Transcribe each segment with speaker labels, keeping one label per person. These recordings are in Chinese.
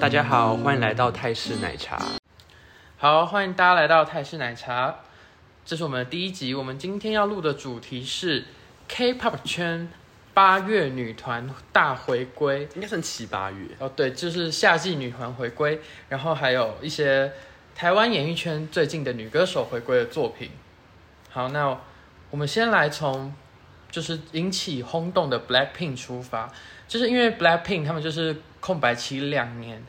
Speaker 1: 大家好，欢迎来到泰式奶茶。
Speaker 2: 好，欢迎大家来到泰式奶茶，这是我们的第一集。我们今天要录的主题是 K-pop 圈八月女团大回归。
Speaker 1: 应该算七八月，
Speaker 2: 哦，对，就是夏季女团回归，然后还有一些台湾演艺圈最近的女歌手回归的作品。好，那我们先来从就是引起轰动的 Blackpink 出发，就是因为 Blackpink 他们就是空白期两年，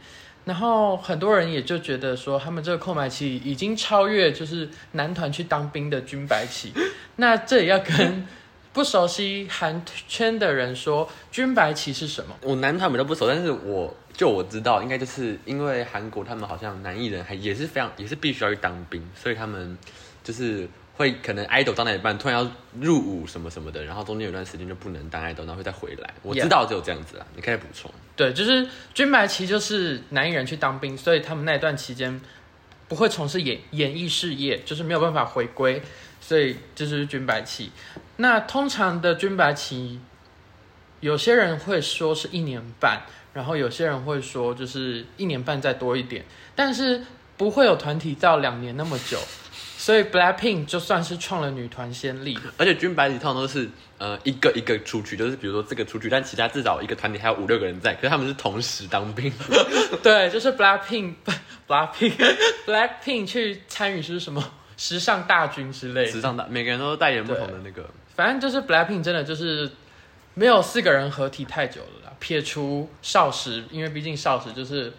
Speaker 2: 然后很多人也就觉得说他们这个空白期已经超越就是男团去当兵的军白期，那这也要跟。 不熟悉韩圈的人说，军白旗是什么？
Speaker 1: 我男团们都不熟，但是我就我知道，应该就是因为韩国他们好像男艺人还也是非常也是必须要去当兵，所以他们就是会可能 idol 当到一半突然要入伍什么什么的，然后中间有段时间就不能当 idol，然后会再回来。我知道只有这样子啦，啊你可以补充。
Speaker 2: 对，就是军白旗就是男艺人去当兵，所以他们那段期间不会从事演演艺事业，就是没有办法回归，所以这就是军白旗。那通常的军白旗，有些人会说是一年半，然后有些人会说就是一年半再多一点，但是不会有团体到两年那么久，所以 BLACKPINK 就算是创了女团先例。
Speaker 1: 而且军白里通常都是呃一个一个出去，就是比如说这个出去，但其他至少一个团体还有五六个人在，可是他们是同时当兵。
Speaker 2: 对，就是 Blackpink Blackpink Blackpink 去参与是什么时尚大军之类
Speaker 1: 时
Speaker 2: 的，
Speaker 1: 尚大，每个人都代言不同的那个。
Speaker 2: 反正就是 Blackpink 真的就是没有四个人合体太久了啦，撇除少时，因为毕竟少时就是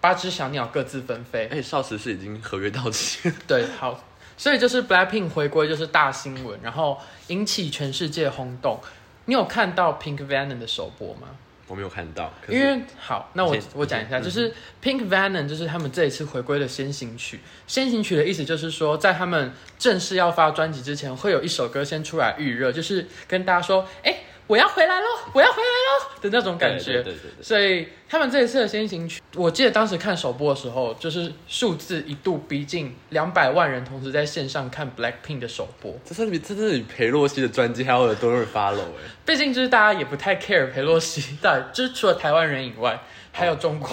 Speaker 2: 八只小鸟各自纷飞
Speaker 1: 而。且哎少时是已经合约到期，
Speaker 2: 对，好，所以就是 Blackpink 回归就是大新闻，然后引起全世界轰动。你有看到 Pink Venom 的首播吗？
Speaker 1: 我没有看到。可是
Speaker 2: 因为好，那我
Speaker 1: 而且
Speaker 2: 我讲一下，
Speaker 1: 嗯
Speaker 2: 就是 Pink Venom，就是他们这一次回归的先行曲。先行曲的意思就是说，在他们正式要发专辑之前，会有一首歌先出来预热，就是跟大家说：“哎、我要回来喽，我要回来喽”的那种感觉。
Speaker 1: 对对对对
Speaker 2: 所以他们这一次的先行曲，我记得当时看首播的时候，就是数字一度逼近两百万人同时在线上看 Blackpink 的首播。
Speaker 1: 这是比这是比裴洛西的专辑还要有多人 follow 哎、
Speaker 2: 毕竟就是大家也不太 care 裴洛西，但就是除了台湾人以外，还有中国、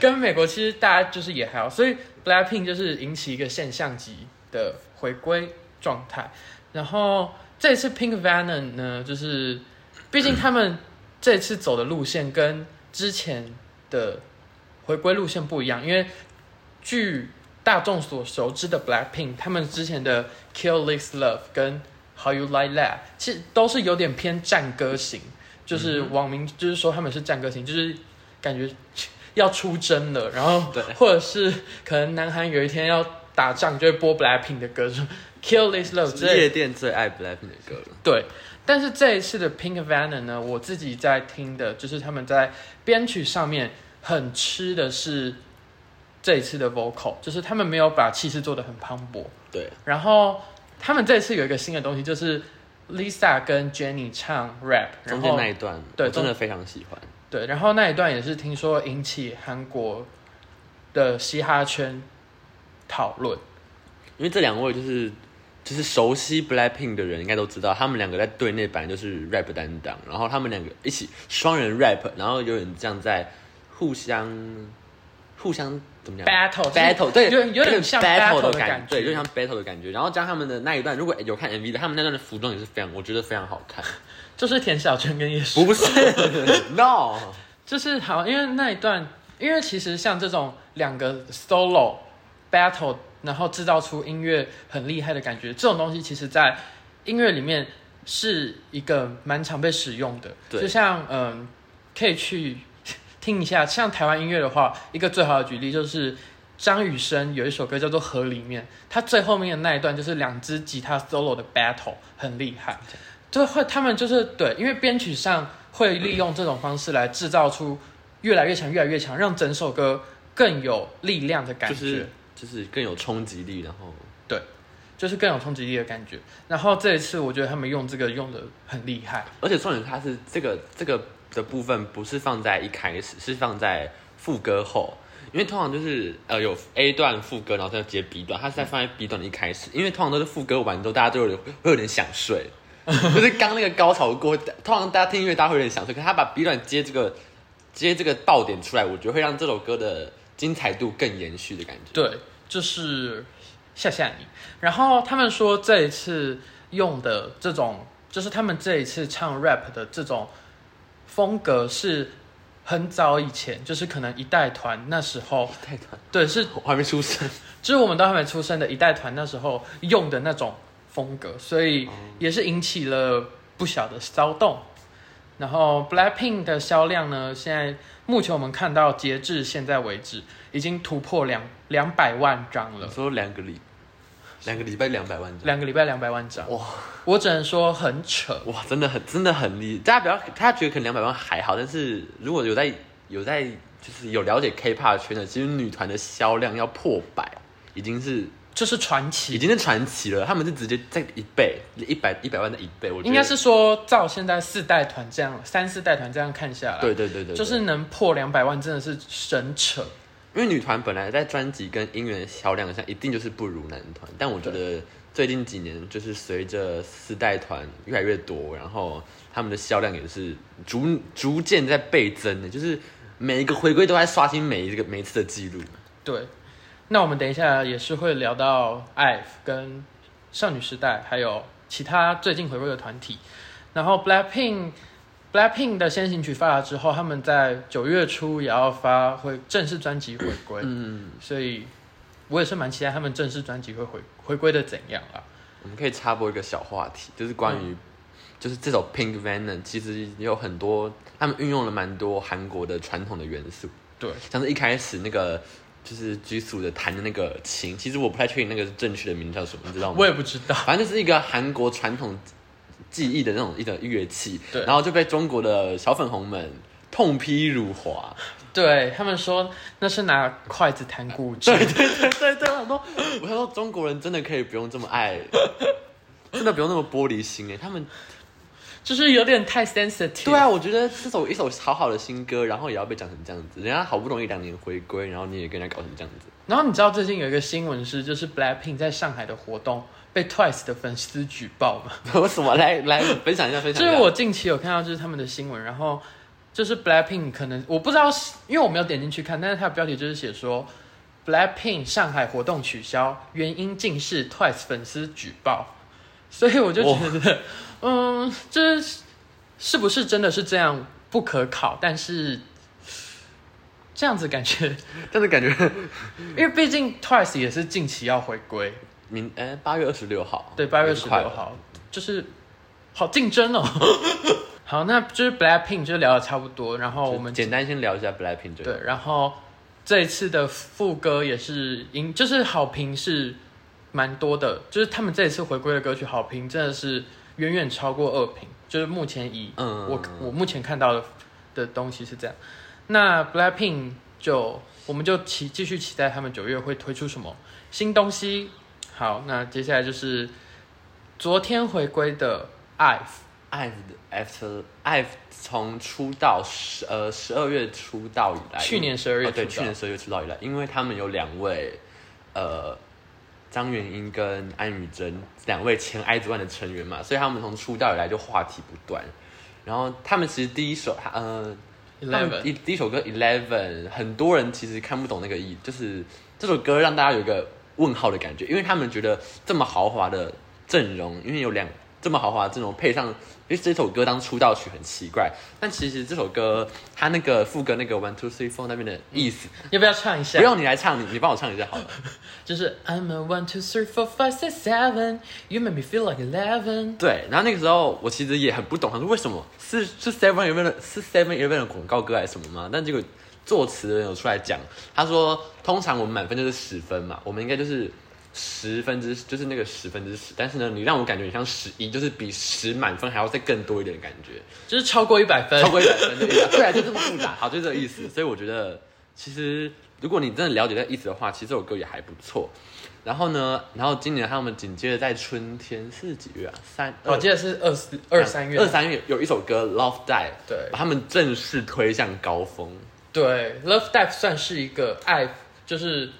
Speaker 2: 跟美国，其实大家就是也还好，所以 Blackpink 就是引起一个现象级的回归状态。然后这次 Pink Venom 呢，就是毕竟他们这次走的路线跟之前的回归路线不一样，因为据大众所熟知的 Blackpink，他们之前的 Kill This Love 跟 How You Like That，其实都是有点偏战歌型，就是网民就是说他们是战歌型，就是感觉要出征了，然后
Speaker 1: 对
Speaker 2: 或者是可能南韩有一天要打仗，就会播 Blackpink 的歌，说 Kill This Love 之
Speaker 1: 是
Speaker 2: 类的
Speaker 1: 夜店最爱 BLACKPINK 的歌了。
Speaker 2: 对，但是这一次的 Pink Venom 呢，我自己在听的，就是他们在编曲上面很吃的是这一次的 vocal，就是他们没有把气势做得很磅礴。
Speaker 1: 对，
Speaker 2: 然后他们这次有一个新的东西，就是 Lisa 跟 Jenny 唱 rap，然
Speaker 1: 中
Speaker 2: 后
Speaker 1: 间那一段
Speaker 2: 对
Speaker 1: 我真的非常喜欢。
Speaker 2: 对，然后那一段也是听说引起韩国的嘻哈圈讨论。
Speaker 1: 因为这两位就是就是熟悉 BLACKPINK 的人应该都知道，他们两个在队内本来就是 rap 担当，然后他们两个一起双人 rap，然后有点这样在互相互相怎么讲
Speaker 2: battle 就是
Speaker 1: battle 对，
Speaker 2: 有有点像
Speaker 1: battle
Speaker 2: 的
Speaker 1: 感
Speaker 2: 感
Speaker 1: 对，有点像 battle 的感觉。然后加上他们的那一段，如果有看 MV 的，他们那段的服装也是非常，我觉得非常好看。
Speaker 2: 就是田小春跟叶舒
Speaker 1: 不是 ，no，
Speaker 2: 就是好，因为那一段，因为其实像这种两个 solo battle，然后制造出音乐很厉害的感觉，这种东西其实在音乐里面是一个蛮常被使用的。
Speaker 1: 对
Speaker 2: 就像嗯，可以去听一下，像台湾音乐的话，一个最好的举例就是。张雨生有一首歌叫做《河里面》，他最后面的那一段就是两支吉他 solo 的 battle，很厉害。就会他们就是对，因为编曲上会利用这种方式来制造出越来越强、越来越强，让整首歌更有力量的感
Speaker 1: 就
Speaker 2: 觉，
Speaker 1: 是就是更有冲击力，然后
Speaker 2: 就是更有冲击力的感觉。然后这一次，我觉得他们用这个用的很厉害，
Speaker 1: 而且重点它是这个这个的部分不是放在一开始，是放在副歌后。因为通常就是呃有 A 段副歌，然后再接 B 段，它是在放在 B 段的一开始。因为通常都是副歌完之后，大家都有点会有点想睡， 就是刚那个高潮过，通常大家听音乐大家会有点想睡，可是他把 B 段接这个今天这个爆点出来，我觉得会让这首歌的精彩度更延续的感觉。
Speaker 2: 对，就是吓吓你。然后他们说这一次用的这种，就是他们这一次唱 rap 的这种风格是很早以前，就是可能一代团那时候，
Speaker 1: 太团，
Speaker 2: 对，是
Speaker 1: 我还没出生，
Speaker 2: 就是我们都还没出生的一代团那时候用的那种风格，所以也是引起了不小的骚动。然后 Blackpink 的销量呢，现在目前我们看到截至现在为止，已经突破两两百万张了
Speaker 1: 我，说两个礼，两个礼拜两百万张，
Speaker 2: 两个礼拜两百万张。
Speaker 1: 哇
Speaker 2: 我只能说很扯，
Speaker 1: 哇，真的很真的很厉，大家不要，大家觉得可能两百万还好，但是如果有在有在就是有了解 K-pop 圈的，其实女团的销量要破百，已经是
Speaker 2: 这是传
Speaker 1: 已
Speaker 2: 奇。
Speaker 1: 经是传奇了，他们是直接在一倍，一百一百万的一倍，我觉得
Speaker 2: 应该是说，照现在四代团这样，三四代团这样看下来，
Speaker 1: 对对对对对，
Speaker 2: 就是能破两百万，真的是神扯。
Speaker 1: 因为女团本来在专辑跟音源销量上一定就是不如男团，但我觉得最近几年就是随着四代团越来越多，然后他们的销量也是逐逐渐在倍增的，就是每一个回归都在刷新每一个每一次的记录。
Speaker 2: 对，那我们等一下也是会聊到 IVE 跟少女时代，还有其他最近回归的团体。然后 Blackpink Blackpink 的先行曲发了之后，他们在九月初也要发回正式专辑回归，
Speaker 1: 嗯，
Speaker 2: 所以我也是蛮期待他们正式专辑会回回归的怎样啊啦。
Speaker 1: 我们可以插播一个小话题，就是关于、就是这首 Pink Venom，其实有很多他们运用了蛮多韩国的传统的元素。
Speaker 2: 对，
Speaker 1: 像是一开始那个就是居宿的弹的那个琴，其实我不太确定那个正确的名叫什么，你知道吗？
Speaker 2: 我也不知道。
Speaker 1: 反正就是一个韩国传统技艺的那种一种乐器，
Speaker 2: 对
Speaker 1: 然后就被中国的小粉红们痛批辱华。
Speaker 2: 对他们说那是拿筷子弹古 筝，
Speaker 1: 对对对，我想说，我想说中国人真的可以不用这么爱，真的不用那么玻璃心哎，他们
Speaker 2: 就是有点太 sensitive。
Speaker 1: 对啊，我觉得这首一首好好的新歌，然后也要被讲成这样子，人家好不容易两年回归，然后你也跟人家搞成这样子。
Speaker 2: 然后你知道最近有一个新闻是，就是 Blackpink 在上海的活动被 Twice 的粉丝举报嘛？
Speaker 1: 为什么来来分享一下分享
Speaker 2: 就
Speaker 1: 一下？
Speaker 2: 是我近期有看到就是他们的新闻，然后就是 Blackpink 可能我不知道是，因为我没有点进去看，但是它的标题就是写说 Blackpink 上海活动取消，原因竟是 Twice 粉丝举报，所以我就觉得，嗯，这是是不是真的是这样不可考，但是。这样子感觉，
Speaker 1: 但是感觉
Speaker 2: 因为毕竟 Twice 也是近期要回归，
Speaker 1: 明哎八月二十六号，
Speaker 2: 对，八月十
Speaker 1: 快
Speaker 2: 六
Speaker 1: 了，
Speaker 2: 号，就是好竞争哦。 好，那就是 Blackpink 就聊的差不多，然后
Speaker 1: 就
Speaker 2: 我们
Speaker 1: 简单先聊一下 Blackpink 这个。
Speaker 2: 对，然后这一次的副歌也是赢，就是好评是蛮多的，就是他们这一次回归的歌曲好评真的是远远超过二评，就是目前以
Speaker 1: 嗯
Speaker 2: 我我目前看到的的东西是这样。那 Blackpink 就我们就期继续期待他们九月会推出什么新东西。好，那接下来就是昨天回归的 IVE，
Speaker 1: IVE 的 after IVE 从出道十呃十二月出道以来，
Speaker 2: 去年12月
Speaker 1: 哦对，
Speaker 2: 出道
Speaker 1: 去年十二月出道以来，因为他们有两位呃张元英跟安宇珍两位前 IVE ONE 的成员嘛，所以他们从出道以来就话题不断。然后他们其实第一首呃
Speaker 2: Eleven
Speaker 1: 一第一首歌 Eleven，很多人其实看不懂那个意，就是这首歌让大家有一个问号的感觉，因为他们觉得这么豪华的阵容，因为有两这么豪华的阵容配上，因为这首歌当出道曲很奇怪，但其实这首歌它那个副歌那个 one two three four 那边的意思，
Speaker 2: 要不要唱一下
Speaker 1: 不？用你来唱，你你帮我唱一下好了。
Speaker 2: 就是 I'm a one two three four five six seven, you make me feel like eleven。
Speaker 1: 对，然后那个时候我其实也很不懂，他说为什么是是 Seven Eleven 的是 Seven Eleven 的广告歌还是什么吗？但结果作词人有出来讲，他说通常我们满分就是十分嘛，我们应该就是十分之就是那个十分之十，但是呢，你让我感觉你像十一，就是比十满分还要再更多一点的感觉。
Speaker 2: 就是超过一百分
Speaker 1: 超。过一百分就一百，对啊，就这么复杂，好，就这个意思。所以我觉得，其实如果你真的了解这个意思的话，其实这首歌也还不错。然后呢，然后今年他们紧接着在春天是几月啊？三，
Speaker 2: 我记得是二四二三月，
Speaker 1: 嗯二三月有一首歌《Love Dive》，
Speaker 2: 对哦
Speaker 1: 把他们正式推向高峰。
Speaker 2: 对，Love Dive 算是一个爱，就是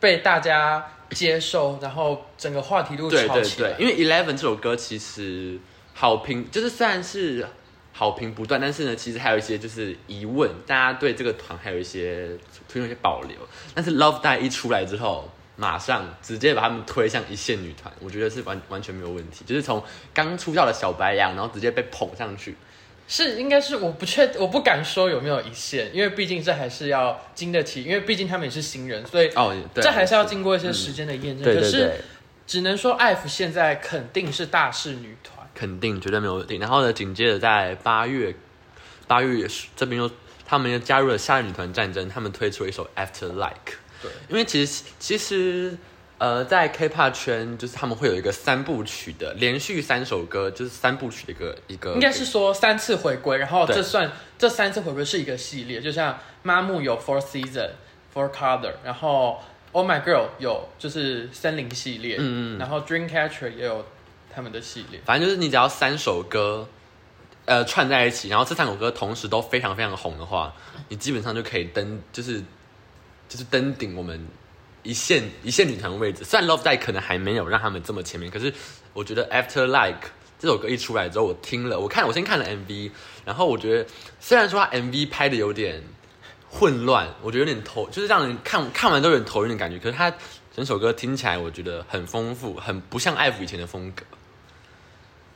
Speaker 2: 被大家接受，然后整个话题度
Speaker 1: 对
Speaker 2: 炒
Speaker 1: 对
Speaker 2: 起
Speaker 1: 对
Speaker 2: 来，。
Speaker 1: 因为 Eleven 这首歌其实好评，就是虽然是好评不断，但是呢，其实还有一些就是疑问，大家对这个团还有一些推有一些保留。但是 Love Die 一出来之后，马上直接把他们推向一线女团，我觉得是完完全没有问题，就是从刚出道的小白羊，然后直接被捧上去。
Speaker 2: 是，应该是我不确，我不敢说有没有一线，因为毕竟这还是要经得起，因为毕竟他们也是新人，所以
Speaker 1: 哦，对，嗯
Speaker 2: 这还是要经过一些时间的验证。
Speaker 1: 对对
Speaker 2: 可是
Speaker 1: 对，
Speaker 2: 只能说 F 现在肯定是大势女团，
Speaker 1: 肯定绝对没有问题。然后呢，紧接着在八月，八月这边又他们又加入了夏日女团战争，他们推出了一首 After Like。
Speaker 2: 对，
Speaker 1: 因为其实其实呃，在 K-pop 圈就是他们会有一个三部曲的连续三首歌，就是三部曲的一个一个
Speaker 2: 应该是说三次回归，然后这
Speaker 1: 对
Speaker 2: 算这三次回归是一个系列，就像妈木有 Four Season、Four Color，然后 Oh My Girl 有就是森林系列，嗯嗯，然后 Dreamcatcher 也有他们的系列。
Speaker 1: 反正就是你只要三首歌，呃，串在一起，然后这三首歌同时都非常非常红的话，你基本上就可以登，就是就是登顶我们一线一线女团的位置。虽然 Love Die 可能还没有让他们这么前面，可是我觉得 After Like 这首歌一出来之后，我听了，我看我先看了 MV，然后我觉得虽然说他 MV 拍的有点混乱，我觉得有点头，就是让人看看完都有点头晕的感觉。可是他整首歌听起来，我觉得很丰富，很不像艾芙以前的风格。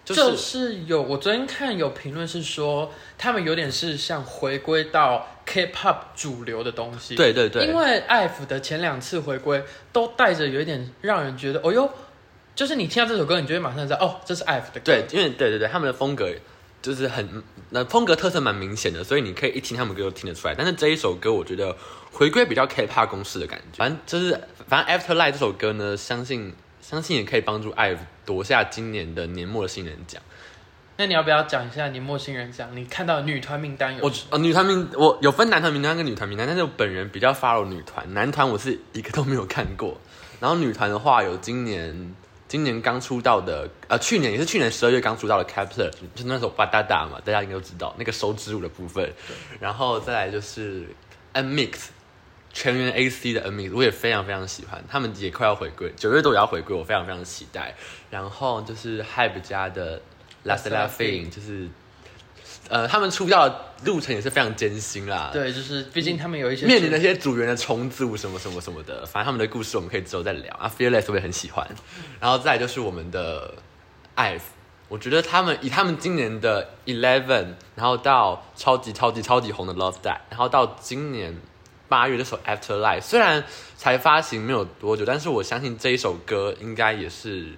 Speaker 1: 就
Speaker 2: 就是有，我昨天看有评论是说，他们有点是像回归到 K-pop 主流的东西。，
Speaker 1: 对对对，
Speaker 2: 因为 IVE 的前两次回归都带着有一点让人觉得，哦哟，就是你听到这首歌，你就会马上知道，哦，这是 IVE 的歌。
Speaker 1: 对，，因为对对对，他们的风格就是很那风格特色蛮明显的，所以你可以一听他们歌就听得出来。但是这一首歌，我觉得回归比较 K-pop 公式的感觉。反正就是，反正 After Light 这首歌呢，相信相信也可以帮助 IVE 夺下今年的年末的新人奖。
Speaker 2: 那你要不要讲一下你陌生人讲你看到的女团名单有？
Speaker 1: 我呃女团名我有分男团名单跟女团名单，但是我本人比较 follow 女团，男团我是一个都没有看过。 然后女团的话，有今年今年刚出道的，呃，去年也是去年十二月刚出道的 Kepler，就是那首《吧哒哒》嘛，大家应该都知道那个手指舞的部分。然后再来就是 N Mix 全员 AC 的 N Mix，我也非常非常喜欢，他们也快要回归，九月都也要回归，我非常非常期待。然后就是 Hype 家的 Last Laughing，就是呃，他们出道的路程也是非常艰辛啦。。
Speaker 2: 对，就是毕竟他们有一些
Speaker 1: 嗯面临那些组员的重组什么什么什么的，反正他们的故事我们可以之后再聊啊。Fearless 我也很喜欢，然后再来就是我们的 IVE，我觉得他们以他们今年的 Eleven，然后到超级超级超级红的 Love Die，然后到今年八月这首 After Life，虽然才发行没有多久，但是我相信这一首歌应该也是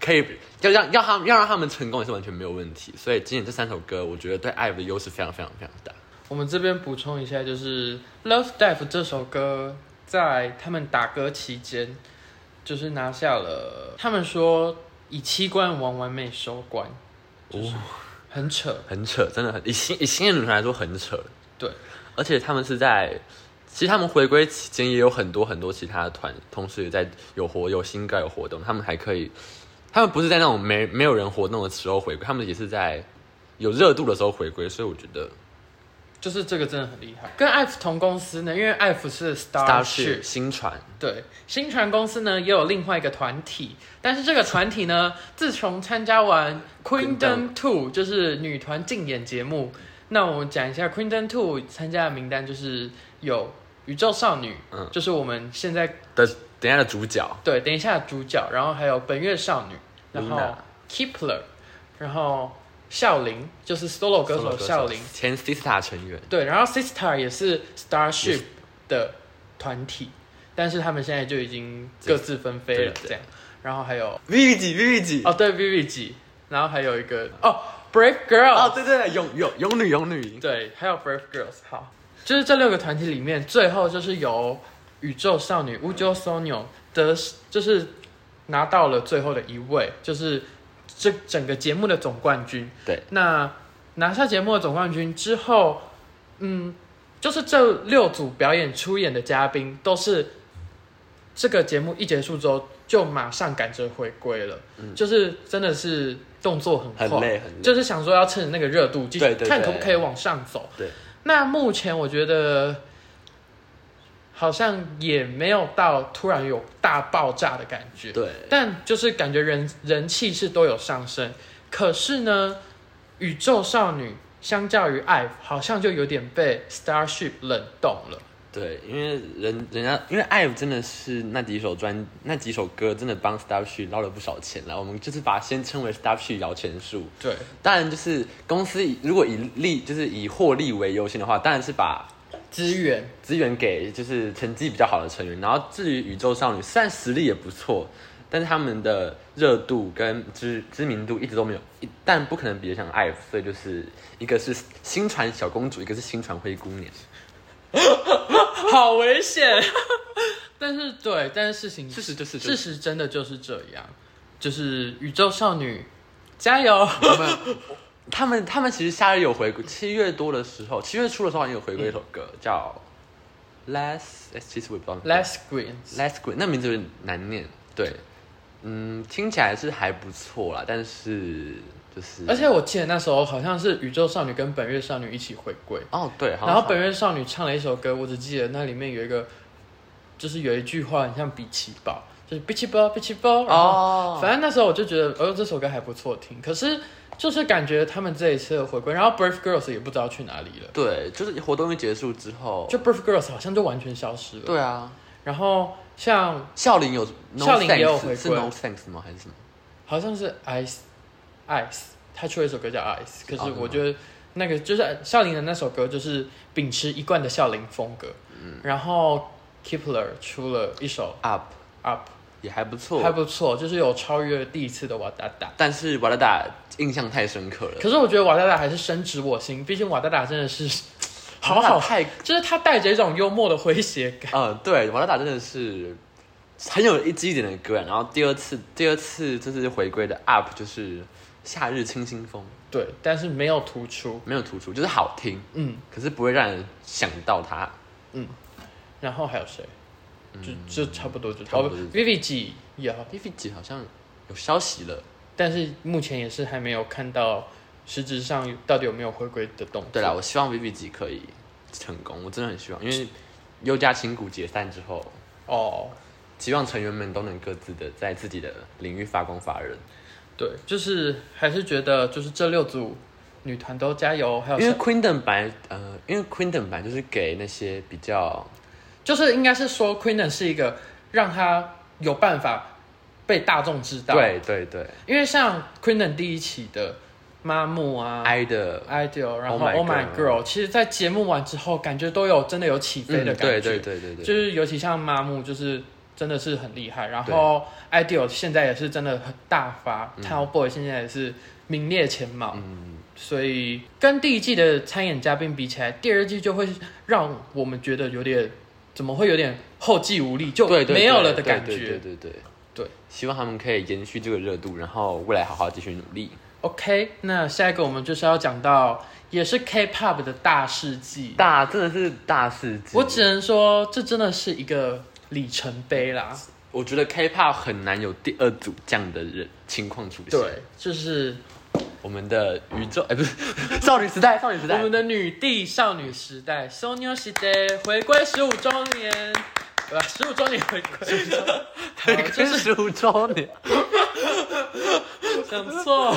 Speaker 1: 可以要让要他们要让他们成功也是完全没有问题。所以今年这三首歌，我觉得对 IVE 的优势非常非常非常大。
Speaker 2: 我们这边补充一下，就是《Love Dive》这首歌在他们打歌期间，就是拿下了，他们说以七冠王完美收官，就是
Speaker 1: 哦
Speaker 2: 很扯。
Speaker 1: 很扯，真的很以新以新的女团来说很扯。
Speaker 2: 对，
Speaker 1: 而且他们是在，其实他们回归期间也有很多很多其他的团，同时也在有活有新歌有活动，他们还可以，他们不是在那种没没有人活动的时候回归，他们也是在有热度的时候回归，所以我觉得
Speaker 2: 就是这个真的很厉 害，跟艾芙同公司呢，因为艾芙啊是
Speaker 1: 大
Speaker 2: Starship，
Speaker 1: 是新传，
Speaker 2: 对，新传公司呢也有另外一个团体，但是这个团体呢，自从参加完 Queendom
Speaker 1: Queendom
Speaker 2: Two 就是女团竞演节目，那我们讲一下 Queendom Two 参加的名单，就是有宇宙少女，
Speaker 1: 嗯
Speaker 2: 就是我们现在
Speaker 1: 的等一下的主角
Speaker 2: 对等一下的主角，然后还有本月少女，然后
Speaker 1: Luna
Speaker 2: Kepler，然后孝琳，就是 solo 歌手孝琳，
Speaker 1: 前 Sista 成员，
Speaker 2: 对，然后 Sistar 也是
Speaker 1: 也
Speaker 2: Starship
Speaker 1: 是
Speaker 2: 的团体，但是他们现在就已经各自分飞
Speaker 1: 对，
Speaker 2: 了
Speaker 1: 对
Speaker 2: 这样。然后还有
Speaker 1: Vivi 几 Vivi 几
Speaker 2: 哦，对 Vivi 几，然后还有一个哦 Brave Girl，、
Speaker 1: 哦对对对，勇勇勇女勇女，
Speaker 2: 对，还有 Brave Girls。好，就是这六个团体里面，最后就是由宇宙少女 Ujo Sonyo 得，就是拿到了最后的一位，就是这整个节目的总冠军。
Speaker 1: 对，
Speaker 2: 那拿下节目的总冠军之后，嗯，就是这六组表演出演的嘉宾都是这个节目一结束之后就马上赶着回归了，就是真的是动作很
Speaker 1: 嗯很
Speaker 2: 快，
Speaker 1: 累很累
Speaker 2: 就是想说要趁着那个热度继续
Speaker 1: 对对对
Speaker 2: 看可不可以往上走。
Speaker 1: 对，
Speaker 2: 那目前我觉得好像也没有到突然有大爆炸的感觉，
Speaker 1: 对
Speaker 2: 但就是感觉人人气是都有上升。可是呢，宇宙少女相较于 IVE 好像就有点被 Starship 冷冻了。
Speaker 1: 对，因为人人家因为 IVE 真的是那几首专那几首歌真的帮 Starship 捞了不少钱啦。我们就是把它先称为 Starship 摇钱树。
Speaker 2: 对，
Speaker 1: 当然就是公司以如果以利就是以获利为优先的话，当然是把
Speaker 2: 资源
Speaker 1: 资源给就是成绩比较好的成员。然后至于宇宙少女，虽然实力也不错，但是他们的热度跟知知名度一直都没有，一但不可能比得上 IVE，所以就是一个是新传小公主，一个是新传灰姑娘。
Speaker 2: 好危 险。但是对，但是事情
Speaker 1: 事实就是
Speaker 2: 事实真的就是这样，就是宇宙少女加油。
Speaker 1: 他们他们他们其实夏日有回归，七月多的时候，七月初的时候好像有回归一首歌、叫 Less，哎其实我也不知道
Speaker 2: Less Green，
Speaker 1: Less Green，那名字有点难念。对，嗯，听起来是还不错啦，但是就是
Speaker 2: 而且我记得那时候好像是宇宙少女跟本月少女一起回归，
Speaker 1: 哦对，好像
Speaker 2: 然后
Speaker 1: 是
Speaker 2: 本月少女唱了一首歌，我只记得那里面有一个，就是有一句话很像比奇堡，就是比奇堡比奇堡，然后
Speaker 1: 哦，
Speaker 2: 反正那时候我就觉得，哦，这首歌还不错听，可是就是感觉他们这一次的回归，然后 Birth Girls 也不知道去哪里了，
Speaker 1: 对，就是活动一结束之后，
Speaker 2: 就 Birth Girls 好像就完全消失了。
Speaker 1: 对啊，
Speaker 2: 然后像
Speaker 1: 笑林有 No
Speaker 2: 孝琳也有
Speaker 1: Thanks
Speaker 2: 回
Speaker 1: 是
Speaker 2: 归
Speaker 1: No Thanks 吗还是什么？
Speaker 2: 好像是 Ice Ice，他出了一首歌叫 Ice，可
Speaker 1: 哦
Speaker 2: 是我觉得那个就是笑林的那首歌，就是秉持一贯的笑林风格。
Speaker 1: 嗯
Speaker 2: 然后 Kipler 出了一首
Speaker 1: Up
Speaker 2: Up，
Speaker 1: 也还不错，
Speaker 2: 还不错，就是有超越第一次的瓦达达。
Speaker 1: 但是瓦达达印象太深刻了，
Speaker 2: 可是我觉得瓦达达还是深植我心，毕竟瓦达达真的是 好好，
Speaker 1: 太
Speaker 2: 就是他带着一种幽默的诙谐 感。
Speaker 1: 呃，对，瓦拉达真的是很有一记一点的歌啊。然后第二次，第二次这次回归的 UP 就是《夏日清新风》，
Speaker 2: 对，但是没有突出。
Speaker 1: 没有突出，就是好听，
Speaker 2: 嗯，
Speaker 1: 可是不会让人想到它。
Speaker 2: 然后还有谁？就就差不多就
Speaker 1: 嗯差不多就
Speaker 2: 哦，Vivi 几也好
Speaker 1: v i v i 姐好像有消息了，
Speaker 2: 但是目前也是还没有看到实质上到底有没有回归的动作。
Speaker 1: 对啦，我希望 v i v i 姐可以成功，我真的很希望，因为优家新谷解散之后，
Speaker 2: 哦，
Speaker 1: 希望成员们都能各自的在自己的领域发光发热。
Speaker 2: 对，就是还是觉得就是这六组女团都加油，还有
Speaker 1: 因为
Speaker 2: 谁
Speaker 1: Queendom 版，呃，因为 Queendom 版就是给那些比较
Speaker 2: 就是应该是说 Queen 是一个让她有办法被大众知道，，
Speaker 1: 对对对
Speaker 2: 因为像 Queen 第一期的妈木啊。
Speaker 1: i 的
Speaker 2: Ideal，然后
Speaker 1: Oh my
Speaker 2: Oh My
Speaker 1: Girl
Speaker 2: Girl，其实，在节目完之后，感觉都有真的有起飞的感觉。
Speaker 1: 嗯、对对对对对，
Speaker 2: 就是尤其像麻木，就是真的是很厉害。然后 Ideal 现在也是真的很大发、t o w Boy 现在也是名列前茅。
Speaker 1: 嗯，
Speaker 2: 所以跟第一季的参演嘉宾比起来，第二季就会让我们觉得有点怎么会有点后继无力，就
Speaker 1: 对对，
Speaker 2: 没有了的感
Speaker 1: 对对
Speaker 2: 觉。
Speaker 1: 对对对
Speaker 2: 对，
Speaker 1: 希望他们可以延续这个热度，然后未来好好继续努力。
Speaker 2: OK，那下一个我们就是要讲到也是 K-pop 的大事记。
Speaker 1: 大真的是大事件，
Speaker 2: 我只能说，这真的是一个里程碑啦。
Speaker 1: 我觉得 K-pop 很难有第二组这样的人情况出现。，
Speaker 2: 对，就是
Speaker 1: 我们的宇宙哎、不是 少女时代，少女时
Speaker 2: 我
Speaker 1: 代，
Speaker 2: 们的女帝少女时代 s o n y o s h i d a 回归十五周年，呃，十五周年回归，好就
Speaker 1: 跟
Speaker 2: 是
Speaker 1: 十五周 年，
Speaker 2: 想错，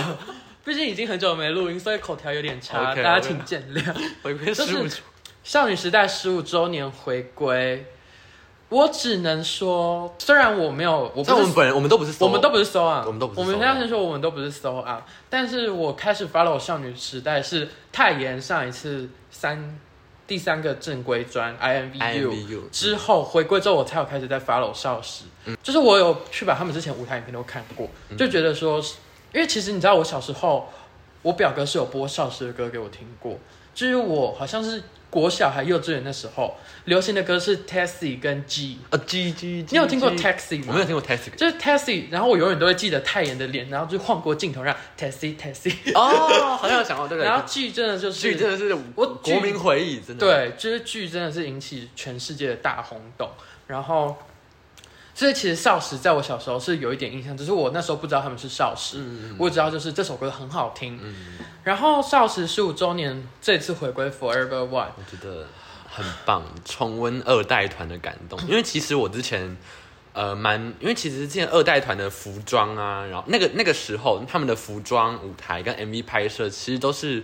Speaker 2: 毕竟已经很久没录音，所以口条有点差
Speaker 1: OK，
Speaker 2: 大家
Speaker 1: OK
Speaker 2: 请见谅。
Speaker 1: 回归
Speaker 2: 就是
Speaker 1: 十五周，
Speaker 2: 少女时代十五周年回归，我只能说，虽然我没有，我
Speaker 1: 但我们
Speaker 2: 不是。
Speaker 1: 本人我们都不是，
Speaker 2: 我们都不是搜啊，
Speaker 1: 我们都不是
Speaker 2: 我们
Speaker 1: soul
Speaker 2: 现
Speaker 1: out
Speaker 2: 在先说我们都不是搜啊，但是我开始 follow 少女时代是泰妍上一次三第三个正规专 IMVU
Speaker 1: IMVU
Speaker 2: 之后回归之后，我才有开始在 follow 少时，就是我有去把他们之前舞台影片都看过，就觉得说，因为其实你知道我小时候，我表哥是有播少时的歌给我听过，就是我好像是国小还幼稚园的时候，流行的歌是 Taxi 跟 G，
Speaker 1: 啊 G G，
Speaker 2: 你有听过
Speaker 1: Taxi？
Speaker 2: Taxi 吗？
Speaker 1: 我没有听过 Taxi
Speaker 2: 就是 Tessie，然后我永远都会记得泰妍的脸，然后就晃过镜头让 Tessie Tessie，
Speaker 1: 哦，好像有想过这个，
Speaker 2: 然后剧真的就是
Speaker 1: 剧真的是
Speaker 2: 我
Speaker 1: 国民回忆，真的
Speaker 2: 对，就是剧真的是引起全世界的大轰动，然后。所以其实少时在我小时候是有一点印象，只是我那时候不知道他们是少时，
Speaker 1: 嗯
Speaker 2: 我只知道就是这首歌很好听。
Speaker 1: 嗯
Speaker 2: 然后少时十五周年这次回归 Forever One，
Speaker 1: 我觉得很棒，重温二代团的感动。因为其实我之前呃蛮，因为其实之前二代团的服装啊，然后那个那个时候他们的服装、舞台跟 MV 拍摄，其实都是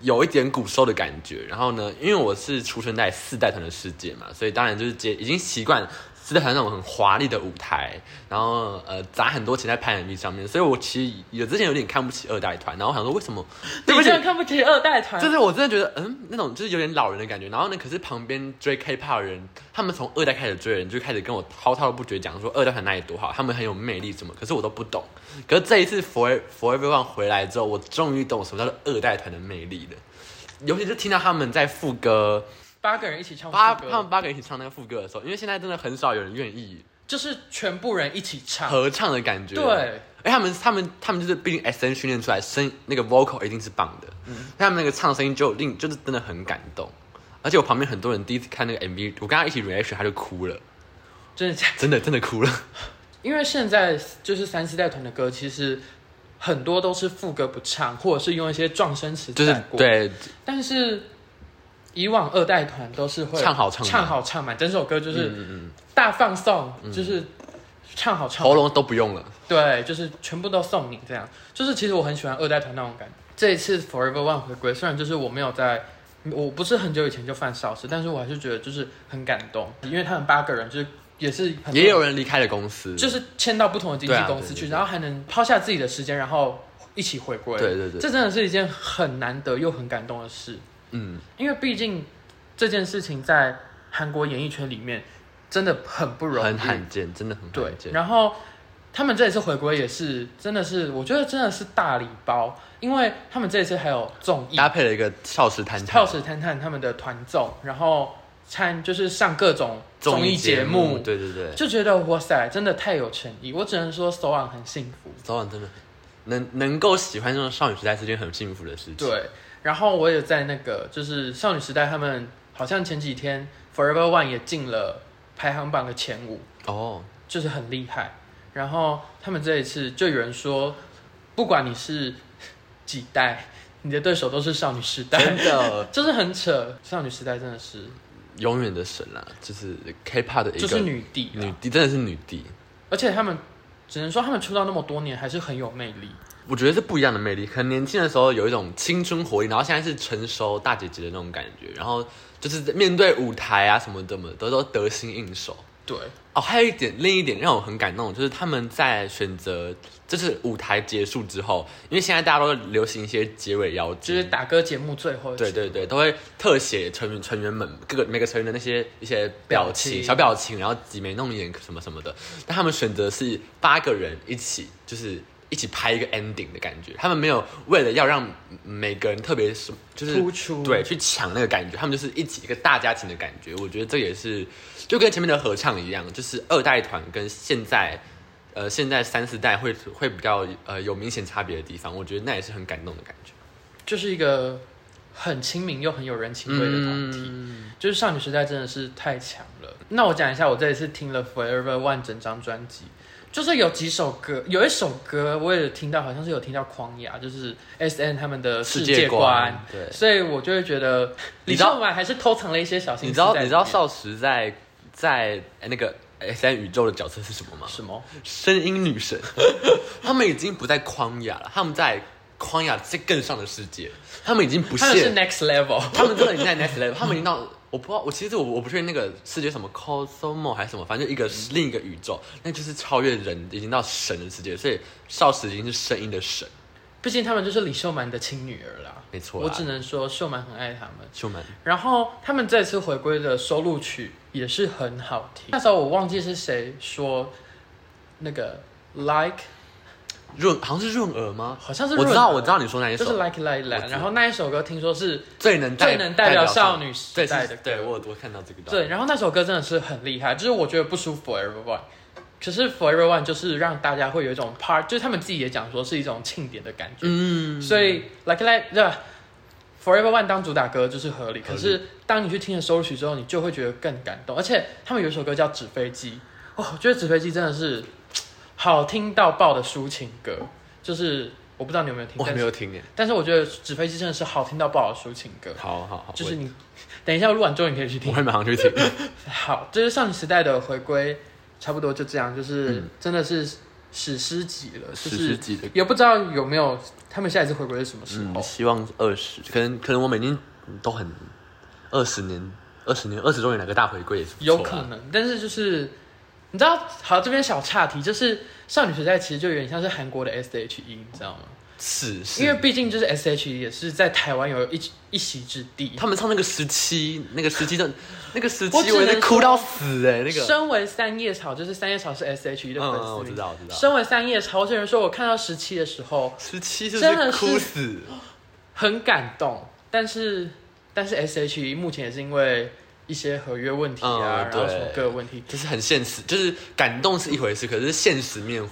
Speaker 1: 有一点古收的感觉。然后呢，因为我是出生在四代团的世界嘛，所以当然就是接已经习惯四代团那种很华丽的舞台，然后呃砸很多钱在拍 MV 上面，所以我其实有之前有点看不起二代团，然后我想说为什么？
Speaker 2: 你们这样看不起二代团？
Speaker 1: 就是我真的觉得，嗯，那种就是有点老人的感觉。然后呢，可是旁边追 K-pop 的人，他们从二代开始追的人，就开始跟我滔滔不绝讲说二代很哪里多好，他们很有魅力什么，可是我都不懂。可是这一次 Forever Forever One 回来之后，我终于懂什么叫做二代团的魅力了。尤其是听到他们在副歌，
Speaker 2: 八个人一起唱
Speaker 1: 八
Speaker 2: 哦副
Speaker 1: 他们
Speaker 2: 歌，
Speaker 1: 八个人一起唱那个副歌的时候，因为现在真的很少有人愿意
Speaker 2: 就是全部人一起唱。
Speaker 1: 合唱的感觉。
Speaker 2: 对，
Speaker 1: 哎，他们他们他们就是毕竟 S N 训练出来声那个 vocal 一定是棒的，
Speaker 2: 嗯
Speaker 1: 他们那个唱声音就令就是真的很感动。而且我旁边很多人第一次看那个 MV，我跟他一起 reaction，他就哭了，
Speaker 2: 真的假的？
Speaker 1: 真的真的哭了。
Speaker 2: 因为现在就是三四代团的歌，其实很多都是副歌不唱，或者是用一些撞声词
Speaker 1: 就是
Speaker 2: 带过。
Speaker 1: 对，
Speaker 2: 但是以往二代团都是会
Speaker 1: 唱好唱满嗯
Speaker 2: 唱好唱满，整首歌就是大放送，就是唱好唱
Speaker 1: 喉
Speaker 2: 满，
Speaker 1: 咙都不用了。
Speaker 2: 对，就是全部都送你这样。就是其实我很喜欢二代团那种感觉。这一次 Forever One 回归，虽然就是我没有在。我不是很久以前就犯少时，但是我还是觉得就是很感动，因为他们八个人就是也是很多
Speaker 1: 也有人离开了公司，
Speaker 2: 就是签到不同的经纪公司去，
Speaker 1: 对啊对对对
Speaker 2: 然后还能抛下自己的时间，然后一起回归。
Speaker 1: 对对对
Speaker 2: 这真的是一件很难得又很感动的事，
Speaker 1: 嗯，
Speaker 2: 因为毕竟这件事情在韩国演艺圈里面真的很不容易。
Speaker 1: 很罕见，真的很
Speaker 2: 对
Speaker 1: 罕，见。
Speaker 2: 然后他们这一次回归也是真的是，我觉得真的是大礼包，因为他们这一次还有综艺，
Speaker 1: 搭配了一个少时谈
Speaker 2: 跳石探探他们的团综，然后参就是上各种综艺节目，
Speaker 1: 对对对，
Speaker 2: 就觉得哇塞，真的太有诚意。我只能说首昂很幸福。
Speaker 1: 早晚真的能能够喜欢上少女时代是件很幸福的事情。，
Speaker 2: 对，然后我也在那个就是少女时代，他们好像前几天 Forever One 也进了排行榜的前五，
Speaker 1: 哦，
Speaker 2: 就是很厉害。然后他们这一次就有人说，不管你是几代，你的对手都是少女时代
Speaker 1: 真，的
Speaker 2: 就是很扯。少女时代真的是
Speaker 1: 永远的神啦，就是 K-pop 的一个
Speaker 2: 就是女帝啊、
Speaker 1: 女帝真的是女帝，
Speaker 2: 而且他们只能说他们出道那么多年还是很有魅力。
Speaker 1: 我觉得是不一样的魅力。可能年轻的时候有一种青春活力，然后现在是成熟大姐姐的那种感觉，然后就是面对舞台啊什么的嘛，都都得心应手。
Speaker 2: 对，
Speaker 1: 哦，还有一点，另一点让我很感动，就是他们在选择就是舞台结束之后，因为现在大家都流行一些结尾妖
Speaker 2: 就
Speaker 1: 精，
Speaker 2: 是打歌节目最后一
Speaker 1: 对
Speaker 2: 集
Speaker 1: 对对，都会特写成员成员们各个每个成员的那些一些表
Speaker 2: 表
Speaker 1: 情、
Speaker 2: 情
Speaker 1: 小表情，然后挤眉弄眼什么什么的。但他们选择是八个人一起，就是一起拍一个 ending 的感觉。他们没有为了要让每个人特别什么，就是
Speaker 2: 突出
Speaker 1: 对，去抢那个感觉。他们就是一起一个大家庭的感觉。我觉得这也是就跟前面的合唱一样，就是二代团跟现在。呃，现在三四代会会比较呃有明显差别的地方，我觉得那也是很感动的感觉。
Speaker 2: 就是一个很亲民又很有人情味的团体，
Speaker 1: 嗯
Speaker 2: 就是少女时代真的是太强了。那我讲一下，我这一次听了 Forever One 整张专辑，就是有几首歌，有一首歌我也听到，好像是有听到狂野，就是 S N 他们的世界观，
Speaker 1: 对，
Speaker 2: 所以我就会觉得
Speaker 1: 你
Speaker 2: 李
Speaker 1: 知道
Speaker 2: 秀满还是偷藏了一些小心
Speaker 1: 你
Speaker 2: 思
Speaker 1: 知道
Speaker 2: 在
Speaker 1: 你知道
Speaker 2: 里面
Speaker 1: 少时在在呃那个 S M 宇宙的角色是什么吗？
Speaker 2: 什么？
Speaker 1: 声音女神， 他们已经不在框雅了，他们在框雅这更上的世界，他们已经不
Speaker 2: 他们是
Speaker 1: 屑，
Speaker 2: Next Level，
Speaker 1: 他们真的已经在 next level，他们已经到。我不知道，我其实我我不确定那个世界什么 cosmo 还是什么，反正就一个另一个宇宙，那就是超越人，已经到神的世界，所以少时已经是声音的神，
Speaker 2: 毕竟他们就是李秀满的亲女儿啦。
Speaker 1: 没错啦。
Speaker 2: 我只能说秀满很爱他们。
Speaker 1: 秀满
Speaker 2: 然后他们这次回归的收录曲也是很好听。那时候我忘记是谁说那个 like
Speaker 1: 润好像是润儿吗？
Speaker 2: 好像是
Speaker 1: 我知道
Speaker 2: 润儿
Speaker 1: 我知道你说哪一首，
Speaker 2: 就是 like like
Speaker 1: 我知
Speaker 2: like，
Speaker 1: 道
Speaker 2: 然后那一首歌听说是
Speaker 1: 最能
Speaker 2: 最能代表少女
Speaker 1: 对
Speaker 2: 时代
Speaker 1: 是
Speaker 2: 的，歌，
Speaker 1: 对我有我看到这个，
Speaker 2: 对，，然后那首歌真的是很厉害，就是我觉得不输 Forever One。可是 Forever One 就是让大家会有一种 part，就是他们自己也讲说是一种庆典的感觉，
Speaker 1: 嗯，
Speaker 2: 所以 Like Like 对吧？Forever One 当主打歌就是合理，
Speaker 1: 合理
Speaker 2: 可是当你去听了收录曲之后，你就会觉得更感动。而且他们有一首歌叫《纸飞机》，哦，我觉得《纸飞机》真的是好听到爆的抒情歌，就是我不知道你有没有听，
Speaker 1: 我还
Speaker 2: 但
Speaker 1: 没
Speaker 2: 是
Speaker 1: 有听耶。
Speaker 2: 但是我觉得《纸飞机》真的是好听到爆的抒情歌，
Speaker 1: 好好好，
Speaker 2: 就是你等一下我录完之后你可以去
Speaker 1: 我
Speaker 2: 听
Speaker 1: 我。会马上去听。
Speaker 2: 好，这、就是少女时代的回归，差不多就这样，就是
Speaker 1: 嗯
Speaker 2: 真的是史诗级了，就
Speaker 1: 史诗
Speaker 2: 是
Speaker 1: 级的。
Speaker 2: 也不知道有没有他们下一次回归是什么时
Speaker 1: 嗯，
Speaker 2: 候。
Speaker 1: 希望二十，可能可能我每年都很嗯二十年，二十年二十周年来个大回归也是不错啊
Speaker 2: 有
Speaker 1: 啦
Speaker 2: 可能，但是就是你知道，好，这边小岔题，就是少女时代其实就有点像是韩国的 S.H.E，你知道吗？
Speaker 1: 是，是
Speaker 2: 因为毕竟就是 S.H.E 也是在台湾有一一席之地。
Speaker 1: 他们唱那个时期，那个时期的，那个时期
Speaker 2: 我只能
Speaker 1: 我也是哭到死哎、那个，
Speaker 2: 身为三叶草，就是三叶草是 S.H.E 的
Speaker 1: 嗯
Speaker 2: 粉
Speaker 1: 嗯
Speaker 2: 丝、
Speaker 1: 我知道我知道
Speaker 2: 身为三叶草，我有人说我看到十七的时候
Speaker 1: 时期是
Speaker 2: 真
Speaker 1: 不
Speaker 2: 的
Speaker 1: 是
Speaker 2: 是
Speaker 1: 哭死？
Speaker 2: 很感动，但是但是 S.H.E 目前也是因为一些合约问题啊，
Speaker 1: 嗯
Speaker 2: 然后
Speaker 1: 对
Speaker 2: 什么各个问题，
Speaker 1: 就是很现实，就是感动是一回事，可是现实面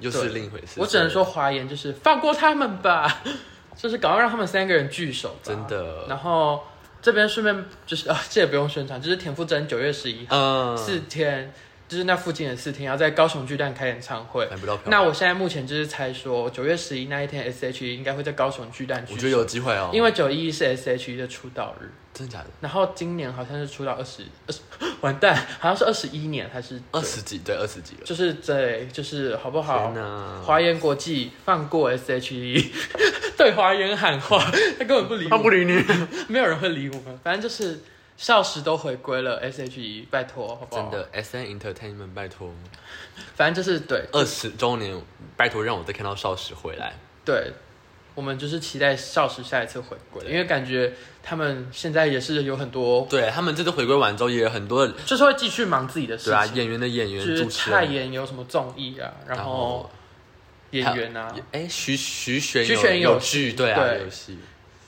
Speaker 1: 又是
Speaker 2: 对
Speaker 1: 另一回事。
Speaker 2: 我只能说华研就是放过他们吧， 就是赶快让他们三个人聚首吧。
Speaker 1: 真的
Speaker 2: 然后这边顺便就是啊，这也不用宣传，就是田馥甄九月十一号、
Speaker 1: 嗯，
Speaker 2: 四天，就是那附近的四天要在高雄巨蛋开演唱会。
Speaker 1: 买不到票。
Speaker 2: 那我现在目前就是猜说，九月十一那一天，S.H.E 应该会在高雄巨蛋聚
Speaker 1: 我
Speaker 2: 首，
Speaker 1: 觉得有机会哦，
Speaker 2: 因为九一是 S.H.E 的出道日，
Speaker 1: 真的假的？
Speaker 2: 然后今年好像是出道二十二十， 完蛋，好像是二十一年还是
Speaker 1: 二，十几，对，二十几了。
Speaker 2: 就是对，就是好不好
Speaker 1: 天？哪！
Speaker 2: 华研国际放过 S.H.E，对 华研喊话，他根本不理我
Speaker 1: 他不理你，
Speaker 2: 没有人会理我们，反正就是少时都回归了 S.H.E，拜托，好不好？
Speaker 1: 真，的，S N Entertainment，拜托，
Speaker 2: 反正就是对
Speaker 1: 二十周年，拜托让我再看到少时回来。
Speaker 2: 对，我们就是期待少时下一次回归，
Speaker 1: 对
Speaker 2: 因为感觉他们现在也是有很多，
Speaker 1: 对他们这次回归完之后，也有很多的
Speaker 2: 就是会继续忙自己的事
Speaker 1: 对啊，
Speaker 2: 情，
Speaker 1: 演员的演员，
Speaker 2: 就是
Speaker 1: 主持
Speaker 2: 蔡
Speaker 1: 人，
Speaker 2: 妍有什么综艺啊，然后演员啊，
Speaker 1: 哎，徐徐玄
Speaker 2: 徐玄有
Speaker 1: 有剧，对啊，
Speaker 2: 对
Speaker 1: 有戏，